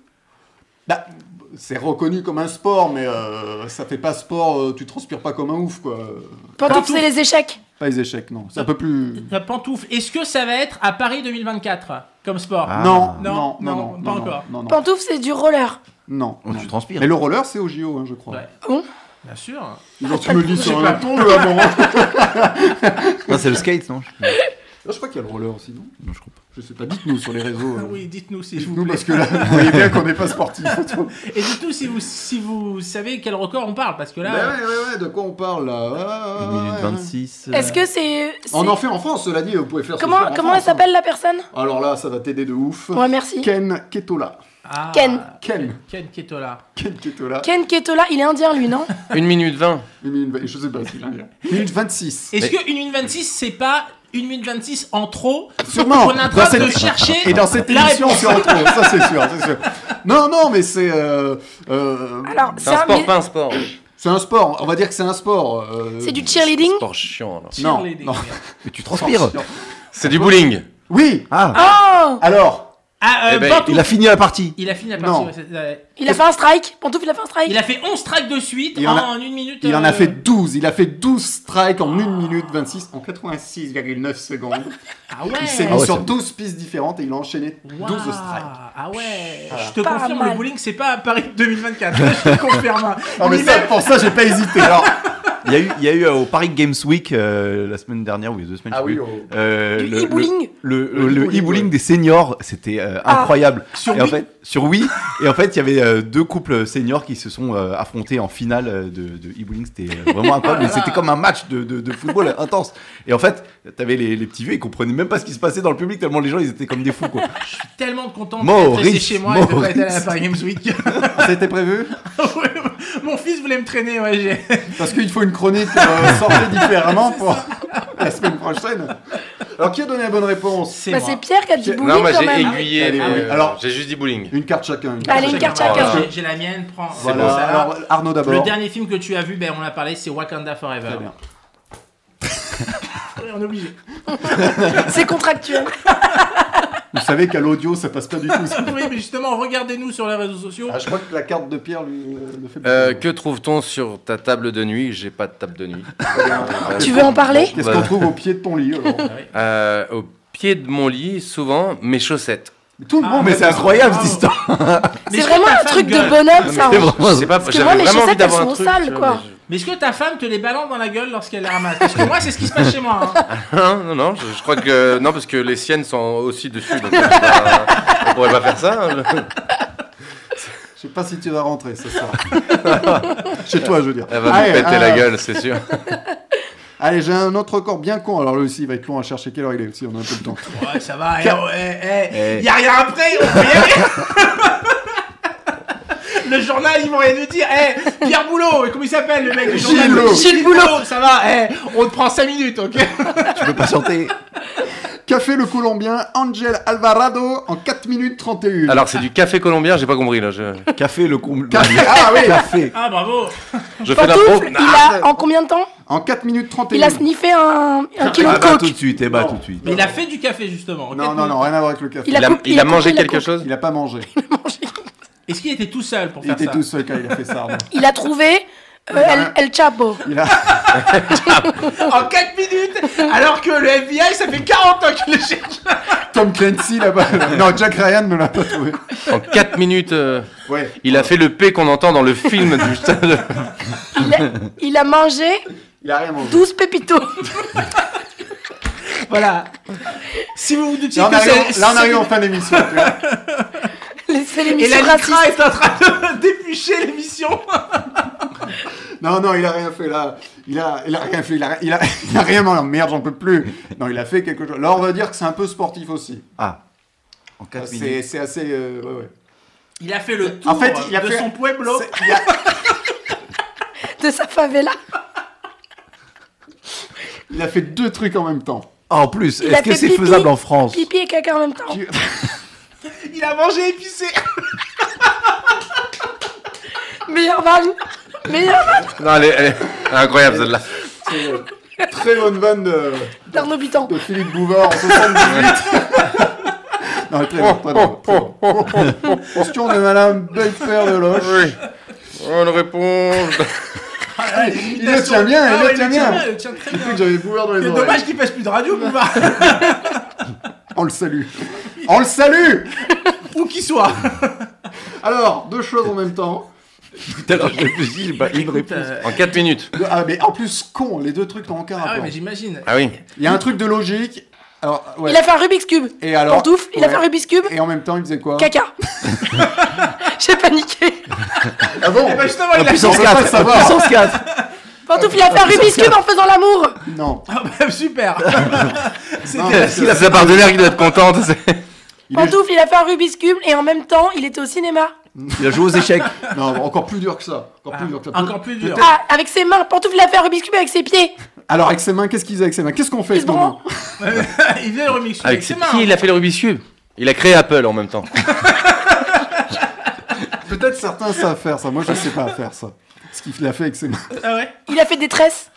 S2: Bah, c'est reconnu comme un sport, mais euh, ça fait pas sport, euh, tu transpires pas comme un ouf, quoi. Euh,
S5: Pantoufle,
S3: Pantoufle.
S5: c'est les échecs.
S2: Pas les échecs, non. C'est un peu plus.
S3: La Euh, pantoufle, est-ce que ça va être à Paris 2024 comme sport
S4: Ah.
S2: Non, non,
S3: Non,
S2: non,
S3: non,
S2: non,
S3: pas
S2: non,
S3: encore.
S2: Non, non,
S5: Pantoufle, c'est du roller.
S2: non,
S4: Oh,
S2: non.
S4: tu transpires.
S2: Mais le roller, c'est au JO, hein, je crois.
S3: Ouais.
S5: Bon
S3: Bien sûr.
S5: Ah, [LAUGHS]
S2: Genre, tu me le dis sur un ton, le avant.
S4: Non, c'est le skate, non
S2: je crois qu'il y a le roller aussi, non Non, je crois pas. Je sais pas, dites-nous
S5: [LAUGHS]
S2: sur les réseaux. euh,
S3: Oui, dites-nous s'il vous
S2: Dites-nous
S3: plaît.
S2: parce que là, vous voyez bien qu'on n'est pas sportif.
S5: Ah,
S3: Et dites-nous si vous, si vous savez quel record on parle, parce que là.
S2: Bah Ben ouais, ouais, ouais, de quoi on parle là Ouais, ouais, ouais, ouais.
S4: 26.
S5: Euh, Est-ce que c'est. c'est-
S2: On en fait en France, cela dit, vous pouvez faire ce
S5: Comment,
S2: soir en
S5: comment elle
S2: France, hein.
S5: s'appelle la personne
S2: Alors là, ça va t'aider de ouf.
S5: Ouais, merci.
S2: Ken Ketola.
S3: Ah,
S5: Ken.
S2: Ken.
S3: Ken Ketola.
S2: Ken Ketola.
S5: Ken Ketola, il est indien lui, non
S6: Une minute 20.
S2: Une minute vingt- Je sais pas si Minute 26.
S3: Est-ce
S6: Mais-
S3: que 1 minute 26, c'est pas 1 minute 26 en trop
S2: Sûrement.
S3: On est en
S2: Dans
S3: train
S2: cette-
S3: de chercher.
S2: Et dans cette
S3: la
S2: émission,
S3: réponse.
S2: c'est en trop, ça c'est sûr, c'est sûr. Non, non, mais c'est. euh, euh,
S5: Alors,
S6: C'est un
S5: mais-
S6: sport, pas un sport.
S2: c'est un sport, on va dire que c'est un sport. euh,
S5: c'est du cheerleading
S6: Sport chiant, là.
S2: Non,
S3: Cheerleading.
S2: non.
S4: Mais tu transpires
S6: C'est du bowling.
S2: Oui
S4: Ah
S5: Oh
S2: Alors
S3: Ah, euh,
S6: Eh ben,
S3: Bantou-
S4: Il a fini la partie
S3: il a fini la
S2: Non.
S3: partie. ouais, c'est- ouais.
S5: Il a fait un strike Pantouf, il a fait un strike
S3: Il a fait 11 tracks de suite
S2: Il en
S3: en,
S2: a-
S3: 1 minute.
S2: Il en
S3: euh,
S2: a fait 12, il a fait 12 strikes en 1 minute 26, en 86,9 secondes.
S3: Ah ouais.
S2: Il s'est mis
S4: Ah ouais,
S2: sur
S4: c'est-
S2: 12 pistes différentes et il a enchaîné 12
S3: Waouh.
S2: strikes.
S3: Ah ouais, je te
S5: Pas
S3: confirme,
S5: mal.
S3: le bowling, c'est pas à Paris 2024. je te confirme. hein.
S2: Non, mais
S3: Ni
S2: ça,
S3: même-
S2: pour ça, j'ai pas hésité. Alors,
S4: Il y a eu, il y a eu euh, au Paris Games Week euh, la semaine dernière ou il y a deux semaines.
S2: Ah
S4: je sais
S2: oui, au-
S4: plus. Euh,
S5: Du
S4: le-
S5: e-bowling
S4: Le, le, le
S2: e-bowling,
S4: e-bowling
S2: ouais.
S4: des seniors, c'était euh,
S5: Ah.
S4: incroyable.
S3: Sur
S4: et en
S3: Wii
S4: fait, sur Wii. Et en fait, il y avait euh, deux couples seniors qui se sont euh, affrontés en finale euh, de, de e-bowling. C'était euh, vraiment incroyable.
S5: Oh
S4: mais c'était comme un match de, de, de football intense. Et en fait, t'avais les, les petits vieux, ils comprenaient même pas ce qui se passait dans le public tellement les gens, ils étaient comme des fous. Quoi.
S3: Je suis tellement content d'être
S4: Maurice,
S3: resté chez moi et de pas
S4: Maurice.
S3: être allé à la Paris Games
S2: [LAUGHS]
S3: Week.
S2: [LAUGHS] c'était prévu
S3: Mon fils voulait me traîner, ouais, j'ai.
S5: Bah,
S2: Parce qu'il faut une chronique euh, [LAUGHS] sortie différemment pour la semaine prochaine. Alors, qui a donné la bonne réponse
S3: C'est
S5: Bah,
S3: moi.
S5: c'est Pierre qui a dit
S2: Non,
S5: bowling
S6: Non, mais
S5: quand
S6: j'ai
S5: même.
S6: aiguillé.
S2: Allez,
S6: mais,
S2: allez.
S6: euh,
S2: Alors-
S6: j'ai juste dit bowling.
S2: Une carte chacun. une carte
S5: Allez, une
S2: chacun.
S5: carte chacun.
S3: J'ai- J'ai la mienne, prends.
S2: Voilà,
S3: prends celle-là.
S2: alors Arnaud
S3: Le
S2: d'abord.
S3: dernier film que tu as vu, ben, on l'a parlé, c'est Wakanda Forever.
S2: Très bien.
S3: Ouais, on est obligé. [LAUGHS]
S5: C'est contractuel.
S2: Vous savez qu'à l'audio, ça passe pas du tout. ça.
S3: oui, mais justement, regardez-nous sur les réseaux sociaux.
S2: Ah, je crois que la carte de Pierre lui euh, le fait pas.
S6: Euh, que trouve-t-on sur ta table de nuit J'ai pas de table [LAUGHS] de nuit. Euh,
S5: Tu veux en parler
S2: Qu'est-ce
S6: bah.
S2: qu'on trouve au pied de ton lit alors
S6: euh, Au pied de mon lit, souvent, mes chaussettes.
S2: Tout le
S3: Ah,
S2: monde.
S4: mais
S2: met
S4: c'est
S2: ça.
S4: incroyable
S3: Bravo.
S4: cette histoire.
S3: Mais
S5: C'est
S3: est-ce que
S5: vraiment
S3: ta
S5: un
S3: femme
S5: truc de
S3: gueule
S5: bonhomme, ça.
S6: Mais
S5: hein.
S6: je sais pas,
S5: Parce que moi,
S6: j'avais
S5: mes
S6: vraiment envie
S5: chaussettes,
S6: d'avoir
S5: elles
S6: un
S5: sont
S6: truc.
S5: sales,
S6: tu vois,
S5: quoi.
S6: mais je- [LAUGHS]
S3: Mais est-ce que ta femme te les balance dans la gueule lorsqu'elle les ramasse Parce que moi, c'est ce qui se passe chez moi.
S2: [LAUGHS]
S3: hein.
S6: Non, non, non, je, je crois que. Non, parce que les siennes sont aussi dessus, donc on, peut [LAUGHS] pas- on pourrait pas faire ça. hein.
S2: Je sais pas si tu vas rentrer ce soir. [LAUGHS] Chez toi, je veux dire.
S6: Elle va me péter
S2: euh,
S6: la gueule, c'est sûr.
S2: Allez, j'ai un autre corps bien con. Alors, là aussi, il va être long à chercher quelle heure il est aussi. On a un peu de temps.
S3: Ouais, ça va. eh, oh, eh, eh,
S4: Eh.
S3: Y a rien après, on peut y aller. [LAUGHS] Le journal, ils vont rien nous dire. Eh, Pierre Boulot, comment il s'appelle le mec du journal
S2: Gilles Boulot.
S3: Gilles Boulot, ça va. eh, on te prend 5 minutes, ok
S4: Tu peux pas chanter.
S2: Qu'a fait le Colombien Angel Alvarado en 4 minutes 31
S6: Alors, c'est du café colombien, j'ai pas compris là. Je,
S4: Café le comble.
S2: Ah oui
S4: Café.
S3: Ah, bravo.
S6: je fais l'impro.
S5: Pantoufle, il a, en combien de temps
S2: En 4 minutes 31
S5: Il a sniffé un, un kilo
S4: Ah
S5: de
S4: bah
S5: coke.
S4: tout de suite, eh bah tout de suite.
S3: Mais il a fait du café, justement. ok
S2: Non, non, non, rien à voir avec le café.
S5: Il a coupé-
S6: il a mangé
S5: coupé la
S6: quelque
S5: coke.
S6: chose
S2: Il a pas mangé.
S3: Est-ce qu'il était tout seul pour
S2: Il
S3: faire
S2: était
S3: ça
S2: tout seul quand il a fait ça. Arnaud.
S5: Il a trouvé euh, El, El Chapo.
S2: Il a... [LAUGHS]
S3: [LAUGHS] En 4 minutes, alors que le FBI, ça fait 40 ans qu'il le cherche.
S2: Tom Clancy là-bas. Non, Jack Ryan ne l'a pas trouvé.
S6: En 4 minutes, euh,
S2: Ouais.
S6: il a fait le P qu'on entend dans le film du [LAUGHS] stade.
S5: Il a, il a mangé
S2: Il a rien mangé.
S5: 12 pépitos.
S3: Voilà. Si vous vous doutiez
S2: Là, on
S3: que
S2: arrive,
S3: c'est...
S2: là, on arrive en fin d'émission. tu vois.
S5: C'est
S3: Et la
S5: l'émission raciste.
S3: Litra est en train de [LAUGHS] déplucher l'émission.
S2: Non, non, il a rien fait là. Il a, il a rien fait. Il a, il a, il a rien mangé. Merde, j'en peux plus. Non, il a fait quelque chose. Là, on va dire que c'est un peu sportif aussi.
S4: Ah. En 4 minutes.
S2: Ah, C'est c'est assez. euh, ouais, ouais.
S3: Il a fait le tour
S2: En fait, il a
S3: hein. de
S2: fait-
S3: son pueblo.
S2: C'est- il y a-
S5: de sa favela.
S2: il a fait deux trucs en même temps.
S4: Ah, en plus,
S5: Il a
S4: est-ce que
S5: fait
S4: c'est
S5: pipi,
S4: faisable en France
S5: Pipi et caca en même temps. [LAUGHS]
S2: Tu-
S3: Il a mangé épicé.
S5: Meilleur van. Meilleur van
S6: Non, elle est, elle est- elle est incroyable celle-là.
S2: C'est, euh, Très bonne vanne de,
S5: d'Arnaud Bitan.
S2: de Philippe Bouvard en 78. Non, très bon, très bon, très bon. Question de Madame Belfer de Loche.
S6: Oui. Bonne réponse.
S2: Il le tient bien, il
S3: Ah
S2: le
S3: ouais,
S2: tient bien.
S3: Il le tient très
S2: [LAUGHS] Écoute,
S3: bien.
S2: J'avais Bouvard dans les
S3: C'est
S2: oreilles.
S3: dommage qu'il fasse plus de radio, Bouvard.
S2: On le salue. On le salue
S3: [LAUGHS] Où qu'il soit.
S2: [LAUGHS] Alors, deux choses en même temps.
S4: Tout à l'heure, je réfléchis, bah, une
S3: Écoute,
S4: réponse.
S3: euh,
S6: En 4 minutes.
S2: Ah, mais en plus, con, les deux trucs n'ont aucun
S3: Ah ouais,
S2: rapport.
S3: [LAUGHS] mais j'imagine.
S6: Ah oui.
S2: Il y a un truc de logique Alors, ouais.
S5: Il a fait un Rubik's Cube.
S2: Et alors,
S5: Pantoufle, il a
S2: ouais.
S5: fait un Rubik's Cube.
S2: Et en même temps, il faisait quoi [LAUGHS]
S5: Caca. [LAUGHS] J'ai paniqué.
S2: Ah bon
S3: Eh ben, justement, il a
S4: puissance
S2: on va pas
S4: 4,
S2: savoir.
S4: [LAUGHS]
S3: [LAUGHS]
S4: puissance 4.
S5: Pantoufle, il
S2: Ah,
S5: a fait un Rubik's Cube en faisant l'amour.
S2: Non.
S3: Ah bah, super
S2: Non, c'est-
S3: C'était-
S6: Si la partenaire qui doit être contente.
S2: Il est-
S5: Pantoufle, il a fait un Rubik's Cube et en même temps, il était au cinéma.
S4: Il a joué aux échecs.
S2: Non, encore plus dur que ça. Encore plus dur que ça.
S3: [LAUGHS] Ah, Encore plus dur.
S5: Ah, avec ses mains. Pantoufle, il a fait un Rubik's Cube avec ses pieds.
S2: Alors, avec ses mains, qu'est-ce qu'il faisait avec ses mains Qu'est-ce qu'on fait
S5: Il
S2: ce
S5: se
S2: moment
S3: Ah, il faisait le remix
S6: Avec ses pieds, il a fait le Rubik's Cube. Il a créé Apple en même temps.
S2: Peut-être certains savent faire ça. Moi, je sais pas faire ça. Ce qu'il a fait avec ses mains.
S3: Ah ouais
S5: Il a fait des tresses.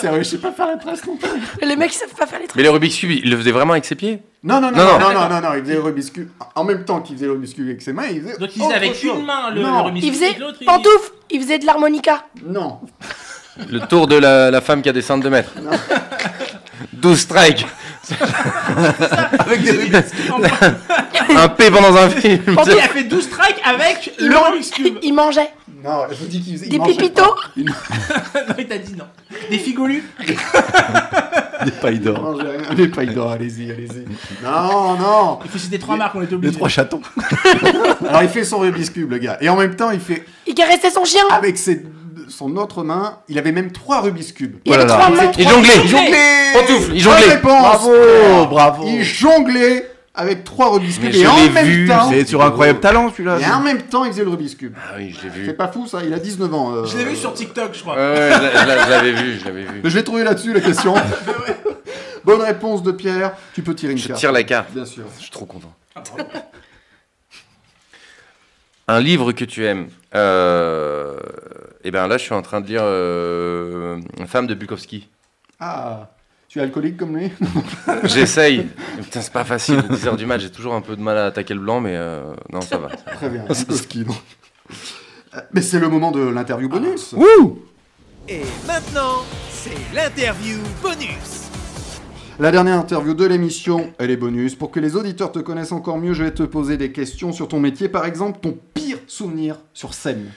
S2: Sérieux, je sais pas faire la presse non plus.
S5: Les mecs, ils savent pas faire les tresses.
S6: Mais le Rubik's Cube, il le faisait vraiment avec ses pieds
S2: Non, non,
S6: Non,
S2: non, non,
S6: non.
S2: non, non, non, non, il faisait le Rubik's Cube. En même temps qu'il faisait le Rubik's Cube avec ses mains, il faisait.
S3: Donc il
S2: autre
S3: faisait avec
S2: chose.
S3: une main le,
S2: Non,
S3: le remix
S5: Il faisait.
S3: et l'autre, il-
S5: Pantoufle, il faisait de l'harmonica.
S2: non.
S6: Le tour de la, la femme qui a des seins de 2 mètres. [LAUGHS] 12 strikes,
S4: Avec des Rubik's.
S6: [LAUGHS] un P pendant un film. Ah
S3: Pantoufle, il a fait 12 strikes avec
S5: Il,
S3: le
S5: man-
S3: remix cube.
S5: il mangeait.
S2: Non, je vous dis qu'il faisait. il
S5: Des
S2: mangeait
S5: pipitos.
S3: [LAUGHS] non, il t'a dit non. Des figolus
S4: Des pailles
S2: pas, il
S4: d'or.
S2: mangeait rien. Les pailles d'or, allez-y, allez-y. Non, non.
S3: Il faut citer trois marques, on était
S4: Les
S3: obligés.
S4: trois chatons.
S2: Alors, il fait son Rubik's Cube, le gars. Et en même temps, il fait.
S5: Il caressait son chien.
S2: Avec ses- son autre main, il avait même trois Rubik's Cube.
S5: Il avait
S4: Voilà.
S5: trois mains.
S6: Il jonglait.
S5: Il jonglait.
S6: Pantoufle, il
S2: Bonne
S6: jonglait.
S2: réponse.
S4: Bravo, bravo.
S2: Il jonglait avec trois Rubik's
S6: Mais
S2: Cube.
S6: je
S2: Et en
S6: l'ai
S2: même
S6: vu,
S2: temps.
S4: C'est sur incroyable talent celui-là.
S2: Et en même temps, il faisait le Rubik's Cube.
S6: Ah oui, je l'ai
S2: C'est
S6: vu.
S2: pas fou ça, il a 19 ans. euh.
S3: Je l'ai vu sur TikTok, je crois.
S6: Ouais, ouais, je l'a- je l'a- je l'avais vu, je l'avais
S2: [LAUGHS]
S6: vu.
S2: Mais je l'ai trouvé là-dessus la
S6: [LAUGHS]
S2: question. Bonne réponse de Pierre, tu peux tirer une
S6: Je
S2: carte.
S6: tire la carte.
S2: Bien sûr.
S6: Je suis trop content. [LAUGHS] Un livre que tu aimes. Euh... Et bien là, je suis en train de lire euh, Femme de Bukowski.
S2: Ah, tu es alcoolique comme lui [LAUGHS]
S6: J'essaye. Putain, c'est pas facile. 10h du match, j'ai toujours un peu de mal à attaquer le blanc, mais euh, non, ça va.
S2: Très bien, Bukowski, non. Euh, Mais c'est le moment de l'interview
S6: Ah,
S2: bonus.
S1: Et maintenant, c'est l'interview bonus.
S2: La dernière interview de l'émission, elle est bonus. Pour que les auditeurs te connaissent encore mieux, je vais te poser des questions sur ton métier. Par exemple, ton pire souvenir sur scène.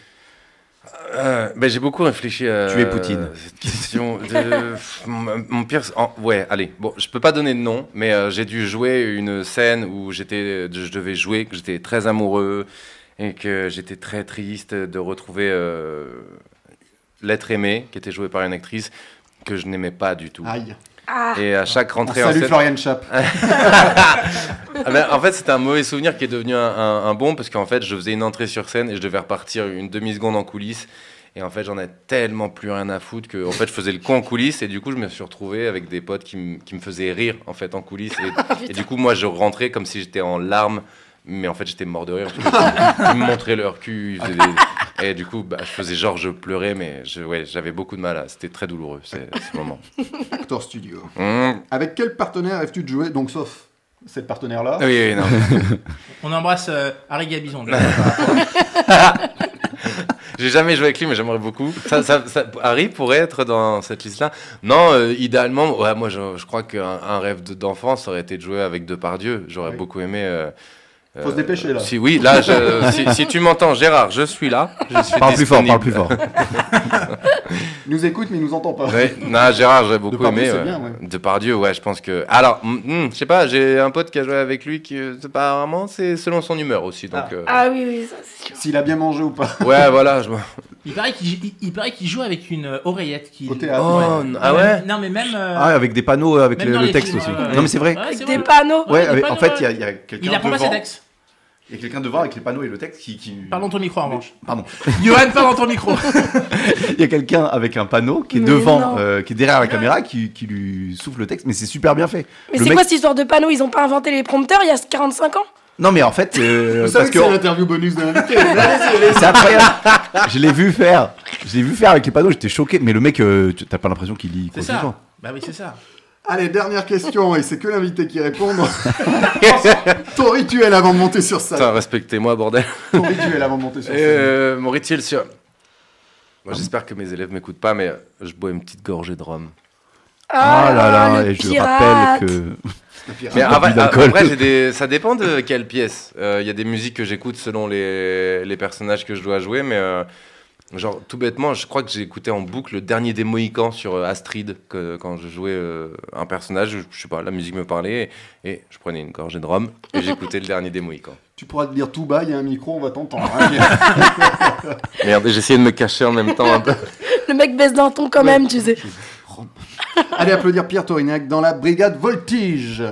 S6: Euh, ben, j'ai beaucoup réfléchi à
S4: Tu es Poutine.
S6: cette question. de- pff, mon, mon pire. en- ouais, allez. Bon, je peux pas donner de nom, mais euh, j'ai dû jouer une scène où j'étais, je devais jouer, que j'étais très amoureux et que j'étais très triste de retrouver euh, l'être aimé, qui était joué par une actrice que je n'aimais pas du tout.
S2: Aïe.
S5: Ah.
S6: Et à chaque rentrée en
S2: Salut
S6: scène. Hein
S2: Florian Chap.
S6: Ah ben, en fait, c'était un mauvais souvenir qui est devenu un, un- un bon parce qu'en fait, je faisais une entrée sur scène et je devais repartir une demi-seconde en coulisses. Et en fait, j'en ai tellement plus rien à foutre que en fait, je faisais le con en coulisses et du coup, je me suis retrouvé avec des potes qui, me- qui me faisaient rire en fait en coulisses. Et- Et, du coup, moi, je rentrais comme si j'étais en larmes, mais en fait, j'étais mort de rire. parce que Ils me montraient leur cul. ils faisaient des- Et du coup, bah, je faisais genre je pleurais, mais je- ouais, j'avais beaucoup de mal. à- C'était très douloureux ce, ce moment.
S2: Actor Studio.
S6: Mmh.
S2: Avec quel partenaire rêves-tu de jouer Donc, sauf cette partenaire-là.
S6: Ah Oui, oui, non.
S3: On embrasse euh, Harry Gabizon.
S6: [LAUGHS] J'ai jamais joué avec lui, mais j'aimerais beaucoup. Ça, ça- ça- Harry pourrait être dans cette liste-là. Non, euh, idéalement, ouais, moi, je, je crois qu'un un rêve de- d'enfant, ça aurait été de jouer avec Depardieu. J'aurais
S2: Oui.
S6: beaucoup aimé. euh,
S2: Faut se dépêcher, là.
S6: Si, oui,
S2: [LAUGHS]
S6: là, je- si, si tu m'entends, Gérard, je suis là. Je suis
S4: Parle plus fort,
S6: disponible.
S4: parle plus fort.
S2: Il nous écoute, mais il nous entend pas.
S6: Ouais, non, Gérard, j'aurais beaucoup
S2: Depardieu,
S6: aimé.
S2: c'est
S6: ouais.
S2: bien, ouais.
S6: Depardieu, ouais, je pense que. Alors, mm, mm, je sais pas, j'ai un pote qui a joué avec lui qui, euh, c'est pas rarement, c'est selon son humeur aussi. Donc, euh,
S5: Ah oui, oui, ça c'est sûr.
S2: S'il a bien mangé ou pas.
S6: ouais, voilà. Je... me-
S3: Il paraît qu'il il- il paraît qu'il joue avec une euh, oreillette. Qui...
S2: Au théâtre.
S6: Oh, ah ouais
S3: Non, mais même. euh,
S4: Ah, avec des panneaux, avec
S3: même
S4: le,
S3: dans
S4: le
S3: les
S4: texte
S3: films,
S4: aussi.
S3: euh,
S4: Non, mais c'est vrai.
S3: ouais,
S5: Avec
S3: c'est
S5: des
S3: vrai.
S5: panneaux.
S3: Ouais,
S4: Ouais,
S3: les
S4: avec- en
S3: panneaux,
S4: fait, il y
S3: ouais.
S4: a, il y a quelqu'un
S3: Il apprend pas
S4: devant.
S3: ses textes.
S4: Il y a quelqu'un devant avec les panneaux et le texte qui. qui...
S3: Parle dans ton micro en revanche.
S4: Pardon.
S3: [LAUGHS] Johan, parle dans ton micro.
S4: [LAUGHS] Il y a quelqu'un avec un panneau qui est
S5: Mais non. Ah.
S4: devant, euh, qui est derrière la caméra, qui, qui lui souffle le texte, mais c'est super bien fait.
S5: Mais
S4: Le
S5: c'est
S4: mec-
S5: quoi cette histoire de panneaux Ils ont pas inventé les prompteurs il y a 45 ans
S4: Non, mais en fait, [LAUGHS] euh,
S2: Vous savez
S4: parce
S2: que
S4: que
S2: c'est l'interview bonus de l'invité.
S4: [LAUGHS]
S2: Allez-y, allez-y.
S4: c'est incroyable. [LAUGHS] je l'ai vu faire. Je l'ai vu faire avec les panneaux, j'étais choqué. Mais le mec, euh, tu- t'as pas l'impression qu'il lit quoi que
S3: C'est
S4: ce
S3: ça.
S4: soit.
S3: Bah oui, c'est ça.
S2: Allez, dernière question, et c'est que l'invité qui répond. [LAUGHS] Ton rituel avant de monter sur scène.
S6: Putain, respectez-moi, bordel.
S2: Ton rituel avant de monter sur scène.
S6: Euh, mon rituel sur. Moi, j'espère que mes élèves m'écoutent pas, mais euh, je bois une petite gorgée de rhum.
S4: Ah là là,
S5: le
S4: et je
S5: pirate.
S4: rappelle que.
S6: Mais
S4: Ah,
S6: en vrai-
S4: plus
S6: en
S4: d'alcool.
S6: vrai, j'ai [LAUGHS] des- ça dépend de quelle pièce. Euh, Il y a des musiques que j'écoute selon les, les personnages que je dois jouer, mais euh, Genre, tout bêtement, je crois que j'ai écouté en boucle le dernier des Mohicans sur euh, Astrid que- quand je jouais euh, un personnage. Je, je sais pas, la musique me parlait et, et je prenais une gorgée de rhum et j'écoutais le dernier des Mohicans.
S2: Tu pourras te dire tout bas, il y a un micro, on va t'entendre.
S4: [LAUGHS]
S2: hein.
S6: [LAUGHS] Merde, j'essayais de me cacher en même temps un peu.
S5: Le mec baisse d'un ton quand même, tu sais.
S2: Allez applaudir Pierre Torignac dans la brigade Voltige.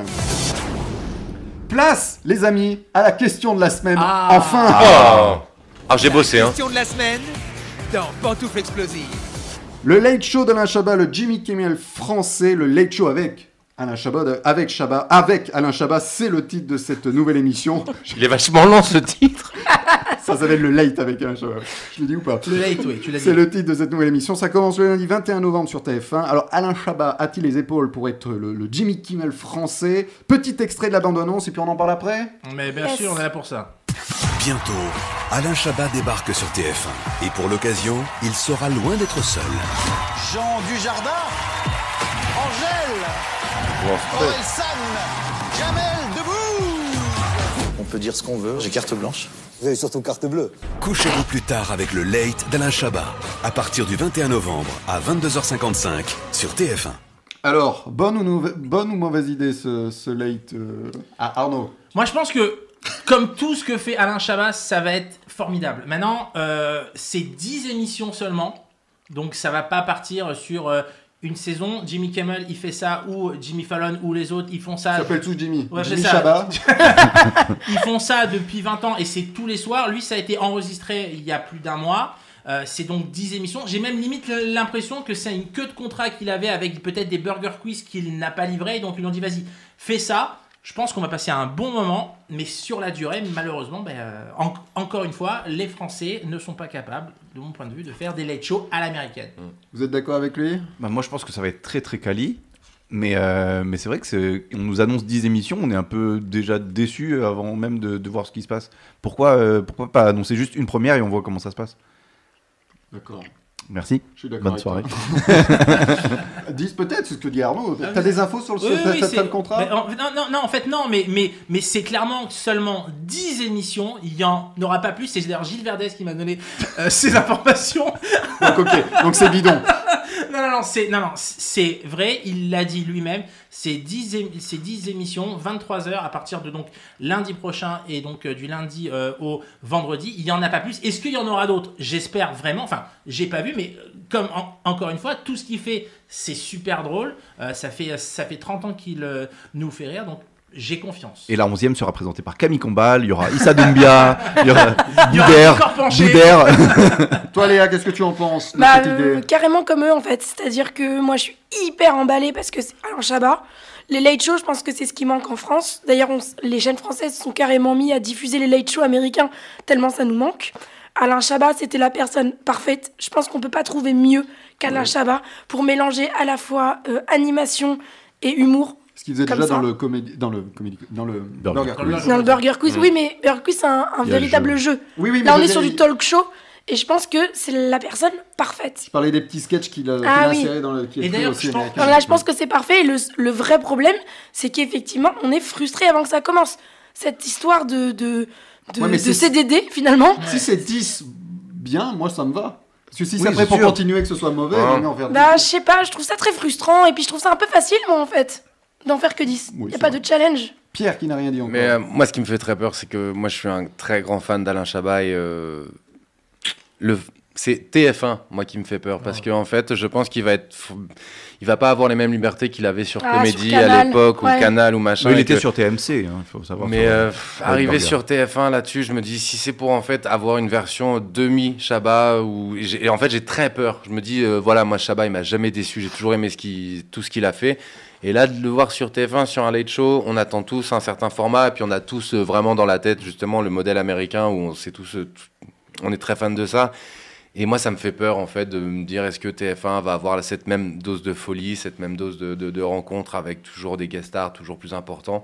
S2: Place, les amis, à la question de la semaine. Enfin
S6: Ah, Ah, j'ai bossé, hein.
S1: Question de la semaine dans Pantoufle Explosive.
S2: Le late show d'Alain Chabat, le Jimmy Kimmel français, le late show avec Alain Chabat, de- avec Chabat, avec Alain Chabat, c'est le titre de cette nouvelle
S4: [LAUGHS]
S2: émission.
S6: Il est vachement lent ce titre.
S2: Ça s'appelle le late avec Alain Chabat. Je l'ai dit ou pas
S3: Le late, oui, tu l'as dit.
S2: C'est le titre de cette nouvelle émission. Ça commence le lundi 21 novembre sur TF1. Alors, Alain Chabat a-t-il les épaules pour être le, le Jimmy Kimmel français Petit extrait de la bande-annonce et puis on en parle après
S3: Mais bien
S5: Yes.
S3: sûr, on est là pour ça.
S11: Bientôt, Alain Chabat débarque sur TF1. Et pour l'occasion, il sera loin d'être seul.
S9: Jean Dujardin, Angèle, Orelsan, Jamel Debout.
S11: On peut dire ce qu'on veut, j'ai carte blanche. Vous avez surtout carte bleue. Couchez-vous plus tard avec le Late d'Alain Chabat. À partir du 21 novembre, à 22h55, sur TF1.
S2: Alors, bonne ou, nouve- bonne ou mauvaise idée ce, ce late euh, à Arnaud
S3: Moi, je pense que, comme tout ce que fait Alain Chabat, ça va être formidable. Maintenant, euh, c'est 10 émissions seulement, donc ça va pas partir sur euh, une saison. Jimmy Kimmel, il fait ça, ou Jimmy Fallon, ou les autres, ils font ça.
S2: Ça s'appelle tous Jimmy.
S3: Ah. Ouais,
S2: Jimmy
S3: c'est ça.
S2: Chabat.
S3: Ils font ça depuis 20 ans et c'est tous les soirs. Lui, ça a été enregistré il y a plus d'un mois. Euh, c'est donc 10 émissions. J'ai même limite l'impression que c'est une queue de contrat qu'il avait avec peut-être des burger quiz qu'il n'a pas livré. Donc ils lui ont dit vas-y, fais ça. Je pense qu'on va passer un bon moment, mais sur la durée, malheureusement, ben, euh, en- encore une fois, les Français ne sont pas capables, de mon point de vue, de faire des late shows à l'américaine.
S2: Vous êtes d'accord avec lui
S4: Bah, moi, je pense que ça va être très très quali. Mais, euh, mais c'est vrai que c'est- on nous annonce 10 émissions, on est un peu déjà déçu avant même de, de voir ce qui se passe. Pourquoi, euh, pourquoi pas annoncer juste une première et on voit comment ça se passe
S2: D'accord.
S4: Merci.
S2: Je suis d'accord.
S4: Bonne
S2: avec
S4: soirée.
S2: toi. [LAUGHS] 10 peut-être, c'est ce que dit Arnaud.
S3: Ah,
S2: T'as
S3: mais-
S2: des infos sur le,
S3: Oui,
S2: t'as-
S3: oui,
S2: t'as-
S3: c'est-
S2: t'as le contrat
S3: mais en fait, non, non, non, en fait, non, mais, mais, mais c'est clairement seulement 10 émissions. Il n'y en aura pas plus. C'est d'ailleurs Gilles Verdez qui m'a donné euh, ces [LAUGHS] informations.
S2: Donc ok, donc c'est bidon.
S3: non, non, non, c'est, non, non, c'est vrai. Il l'a dit lui-même. C'est 10, ém- c'est 10 émissions, 23 heures à partir de donc lundi prochain et donc euh, du lundi euh, au vendredi. Il n'y en a pas plus. Est-ce qu'il y en aura d'autres J'espère vraiment. Enfin, j'ai pas vu, mais euh, comme en- encore une fois, tout ce qu'il fait, c'est super drôle. Euh, ça, fait, ça fait 30 ans qu'il euh, nous fait rire. Donc, j'ai confiance.
S4: Et la 11e sera présentée par Camille Combal, il y aura Issa Doumbia, il y aura
S3: Il y aura
S4: Boudère.
S3: encore penché.
S4: Boudère.
S2: Toi Léa, qu'est-ce que tu en penses de
S5: Bah,
S2: cette
S5: euh,
S2: idée
S5: carrément comme eux en fait. C'est-à-dire que moi je suis hyper emballée parce que c'est Alain Chabat. Les late shows, je pense que c'est ce qui manque en France. D'ailleurs, on s- les chaînes françaises se sont carrément mis à diffuser les late shows américains tellement ça nous manque. Alain Chabat, c'était la personne parfaite. Je pense qu'on peut pas trouver mieux qu'Alain Chabat pour mélanger à la fois euh, animation et humour.
S2: Ce qu'ils faisait
S5: comme
S2: déjà
S5: ça.
S2: dans le comédie, dans le comédie, dans le
S4: Burger
S2: Burger
S3: Quiz.
S2: Quiz.
S5: Dans le Burger Quiz, oui, mais Burger Quiz, c'est un, un
S4: Il y a le
S5: véritable jeu.
S2: Oui, oui, mais
S5: Là,
S2: je
S5: on est
S2: veux
S5: sur
S2: dire,
S5: du talk show et je pense que c'est la personne parfaite.
S2: Je parlais des petits sketchs qu'il a, qu'il
S5: Ah
S2: a
S5: oui.
S2: insérés dans le. qui
S3: Et
S2: est
S3: d'ailleurs,
S2: aussi
S3: je pense-
S2: américain.
S5: Alors là, je pense que c'est parfait. Et le, le vrai problème, c'est qu'effectivement, on est frustré avant que ça commence. Cette histoire de, de, de,
S2: Ouais, mais
S5: de
S2: c'est-
S5: CDD, finalement.
S2: Si c'est 10 bien, moi ça me va. Parce que si
S4: Oui,
S2: c'est après
S4: c'est
S2: pour
S4: sûr.
S2: continuer que ce soit mauvais,
S6: Hein.
S2: on est en vers
S5: Bah, je sais pas, je trouve ça très frustrant. Et puis, je trouve ça un peu facile, moi, en fait, d'en faire que 10.
S2: Oui,
S5: y a
S2: c'est
S5: pas
S2: vrai.
S5: de challenge.
S2: Pierre qui n'a rien dit encore.
S6: Mais euh, moi, ce qui me fait très peur, c'est que moi, je suis un très grand fan d'Alain Chabat et euh, le. C'est TF1, moi, qui me fait peur,
S5: Ah.
S6: parce que en fait, je pense qu'il va être, fou- il va pas avoir les mêmes libertés qu'il avait sur
S5: Ah,
S6: Comédie
S5: sur
S6: à
S5: Canal,
S6: l'époque ou
S5: ouais.
S6: Canal ou machin.
S4: Mais il
S6: et
S4: était
S6: que-
S4: sur TMC, hein, il faut savoir.
S6: Mais
S4: ça.
S6: euh, pff,
S4: Ouais,
S6: arrivé
S4: Burger.
S6: sur TF1 là-dessus, je me dis si c'est pour en fait avoir une version demi Chabat ou et j'ai- et en fait j'ai très peur. Je me dis euh, voilà moi Chabat il m'a jamais déçu, j'ai toujours aimé ce qui, tout ce qu'il a fait. Et là de le voir sur TF1 sur un late show, on attend tous un certain format et puis on a tous euh, vraiment dans la tête justement le modèle américain où on sait tous euh, tout- on est très fan de ça. Et moi, ça me fait peur, en fait, de me dire est-ce que TF1 va avoir cette même dose de folie, cette même dose de, de, de rencontres avec toujours des guest stars toujours plus importants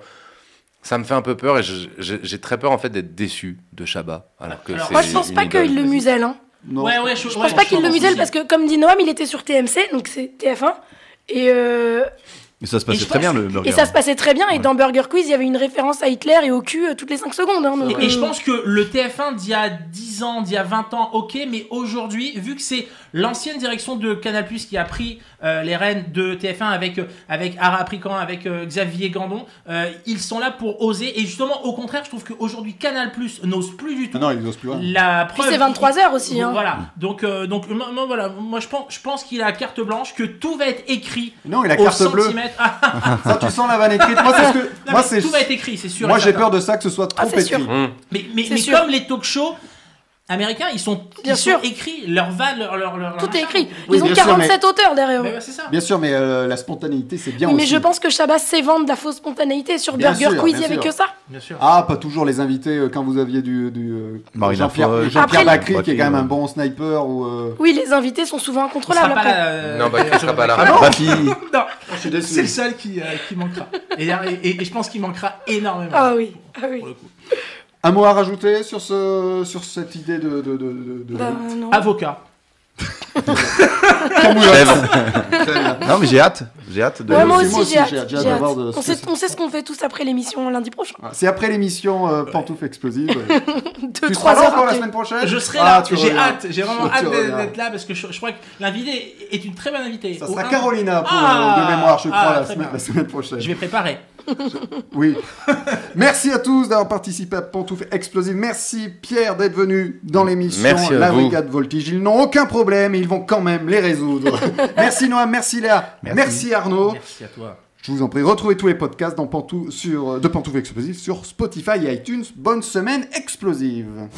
S6: ça me fait un peu peur et je- je- j'ai très peur en fait d'être déçu de Chabat. Alors que
S3: Alors,
S6: c'est
S5: Moi, je pense
S6: une
S5: pas
S6: idole.
S5: qu'il le muselle. Hein.
S2: Non.
S3: Ouais, ouais, je,
S5: Je pense pas qu'il le muselle parce que, comme dit Noam, il était sur TMC, donc c'est TF1. Et, euh,
S4: Et ça se
S3: Et
S4: passait
S3: je
S4: très bien
S3: pense-
S4: le Burger.
S5: et ça se passait très bien. Et
S4: Ouais.
S5: dans Burger Quiz, il y avait une référence à Hitler et au cul euh, toutes les 5 secondes. hein, donc,
S3: Et, et je
S5: euh,
S3: pense que le TF1 d'il y a 10 10 ans, d'il y a 20 ans, ok, mais aujourd'hui, vu que c'est l'ancienne direction de Canal qui a pris euh, les rênes de TF1 avec, euh, avec Ara Prican, avec euh, Xavier Gandon, euh, ils sont là pour oser. Et justement, au contraire, je trouve qu'aujourd'hui, Canal n'ose plus du tout.
S2: Ah Non, ils n'osent plus hein. rien.
S3: La
S5: Puis
S3: preuve.
S5: c'est 23 heures aussi, hein.
S3: Voilà. Donc, euh, donc moi, moi, voilà. moi, je pense, je pense qu'il a carte blanche, que tout va être écrit.
S2: Non, il a
S3: au
S2: carte bleue.
S3: centimètre. Ah, ah, ah.
S2: Ça, tu sens la vanne écrite. Moi, c'est ce que-
S3: [LAUGHS] Non,
S2: moi,
S3: mais
S2: c'est-
S3: Tout va être écrit, c'est sûr.
S2: Moi,
S3: et
S2: j'ai
S3: certain.
S2: peur de ça, que ce soit
S5: Ah,
S2: trop
S3: c'est sûr.
S2: écrit.
S6: Hum.
S3: Mais, mais,
S5: C'est
S3: mais
S5: sûr.
S3: comme les talk shows américains, ils sont,
S5: Bien
S3: ils sont
S5: sûr.
S3: écrits, leur va, leur. leur, leur-
S5: Tout est écrit.
S2: Oui,
S5: Ils ont
S2: bien sûr,
S5: 47 auteurs derrière eux.
S3: Mais, c'est ça.
S2: Bien sûr, mais euh, la spontanéité, c'est bien
S5: Oui, mais
S2: aussi.
S5: je pense que Shabba s'évente de la fausse spontanéité sur
S2: Bien
S5: Burger
S2: sûr,
S5: Quiz,
S2: bien
S5: il n'y avait
S2: sûr.
S5: que ça.
S3: Bien sûr.
S2: Ah, pas toujours les invités euh, quand vous aviez du, du euh,
S4: Marina
S2: Jean-Pierre
S4: Foy.
S2: Jean-Pierre
S5: Après,
S2: Bacri, qui est quand même un bon sniper ou. euh,
S5: Oui, les invités sont souvent
S3: On sera
S5: incontrôlables
S3: pas
S5: après.
S3: là, euh,
S6: Non, bah, tu seras pas là.
S2: Ah non
S4: Bafi,
S3: Non,
S2: suis déçu.
S3: c'est le seul qui, euh, qui manquera. Et, et- et je pense qu'il manquera énormément.
S5: Ah oui, ah oui.
S2: Un mot à rajouter sur ce sur cette idée de de de de. de-
S5: Bah, non.
S2: Ah,
S3: Avocat.
S4: Non, mais j'ai hâte. J'ai hâte de.
S5: Ouais, moi
S2: c'est
S5: aussi,
S2: moi aussi,
S5: j'ai hâte.
S2: j'ai hâte, j'ai
S5: j'ai
S2: hâte
S5: hâte.
S2: d'avoir de-
S5: On sait on sait ce qu'on fait tous après l'émission lundi prochain.
S2: C'est après l'émission euh, Pantoufles explosives.
S3: [LAUGHS]
S5: Deux,
S2: tu seras
S5: trois
S2: là
S5: heures
S2: pour la
S5: après.
S2: semaine prochaine.
S3: Je serai
S2: Ah,
S3: là,
S2: tu
S3: j'ai
S2: reviens.
S3: hâte, j'ai vraiment
S2: Tu
S3: hâte d'être
S2: reviens.
S3: d'être là parce que je, je crois que l'invité est une très bonne invitée.
S2: Ça
S3: Au
S2: sera
S3: un-
S2: Carolina pour,
S3: Ah,
S2: euh, de mémoire, je crois,
S3: ah,
S2: la,
S3: très
S2: semaine,
S3: bien.
S2: la semaine prochaine.
S3: Je vais préparer.
S2: Oui. Merci à tous d'avoir participé à Pantoufles Explosives. Merci Pierre d'être venu dans l'émission
S6: Merci à
S2: La
S6: vous.
S2: Brigade Voltige. Ils n'ont aucun problème et ils vont quand même les
S6: [LAUGHS]
S2: résoudre. merci Noam, merci Léa, merci,
S4: Merci.
S2: Arnaud.
S3: Merci à toi.
S2: Je vous en prie, retrouvez tous les podcasts euh, dans Pantou- sur, de Pantoufles Explosives sur Spotify et iTunes. Bonne semaine explosive.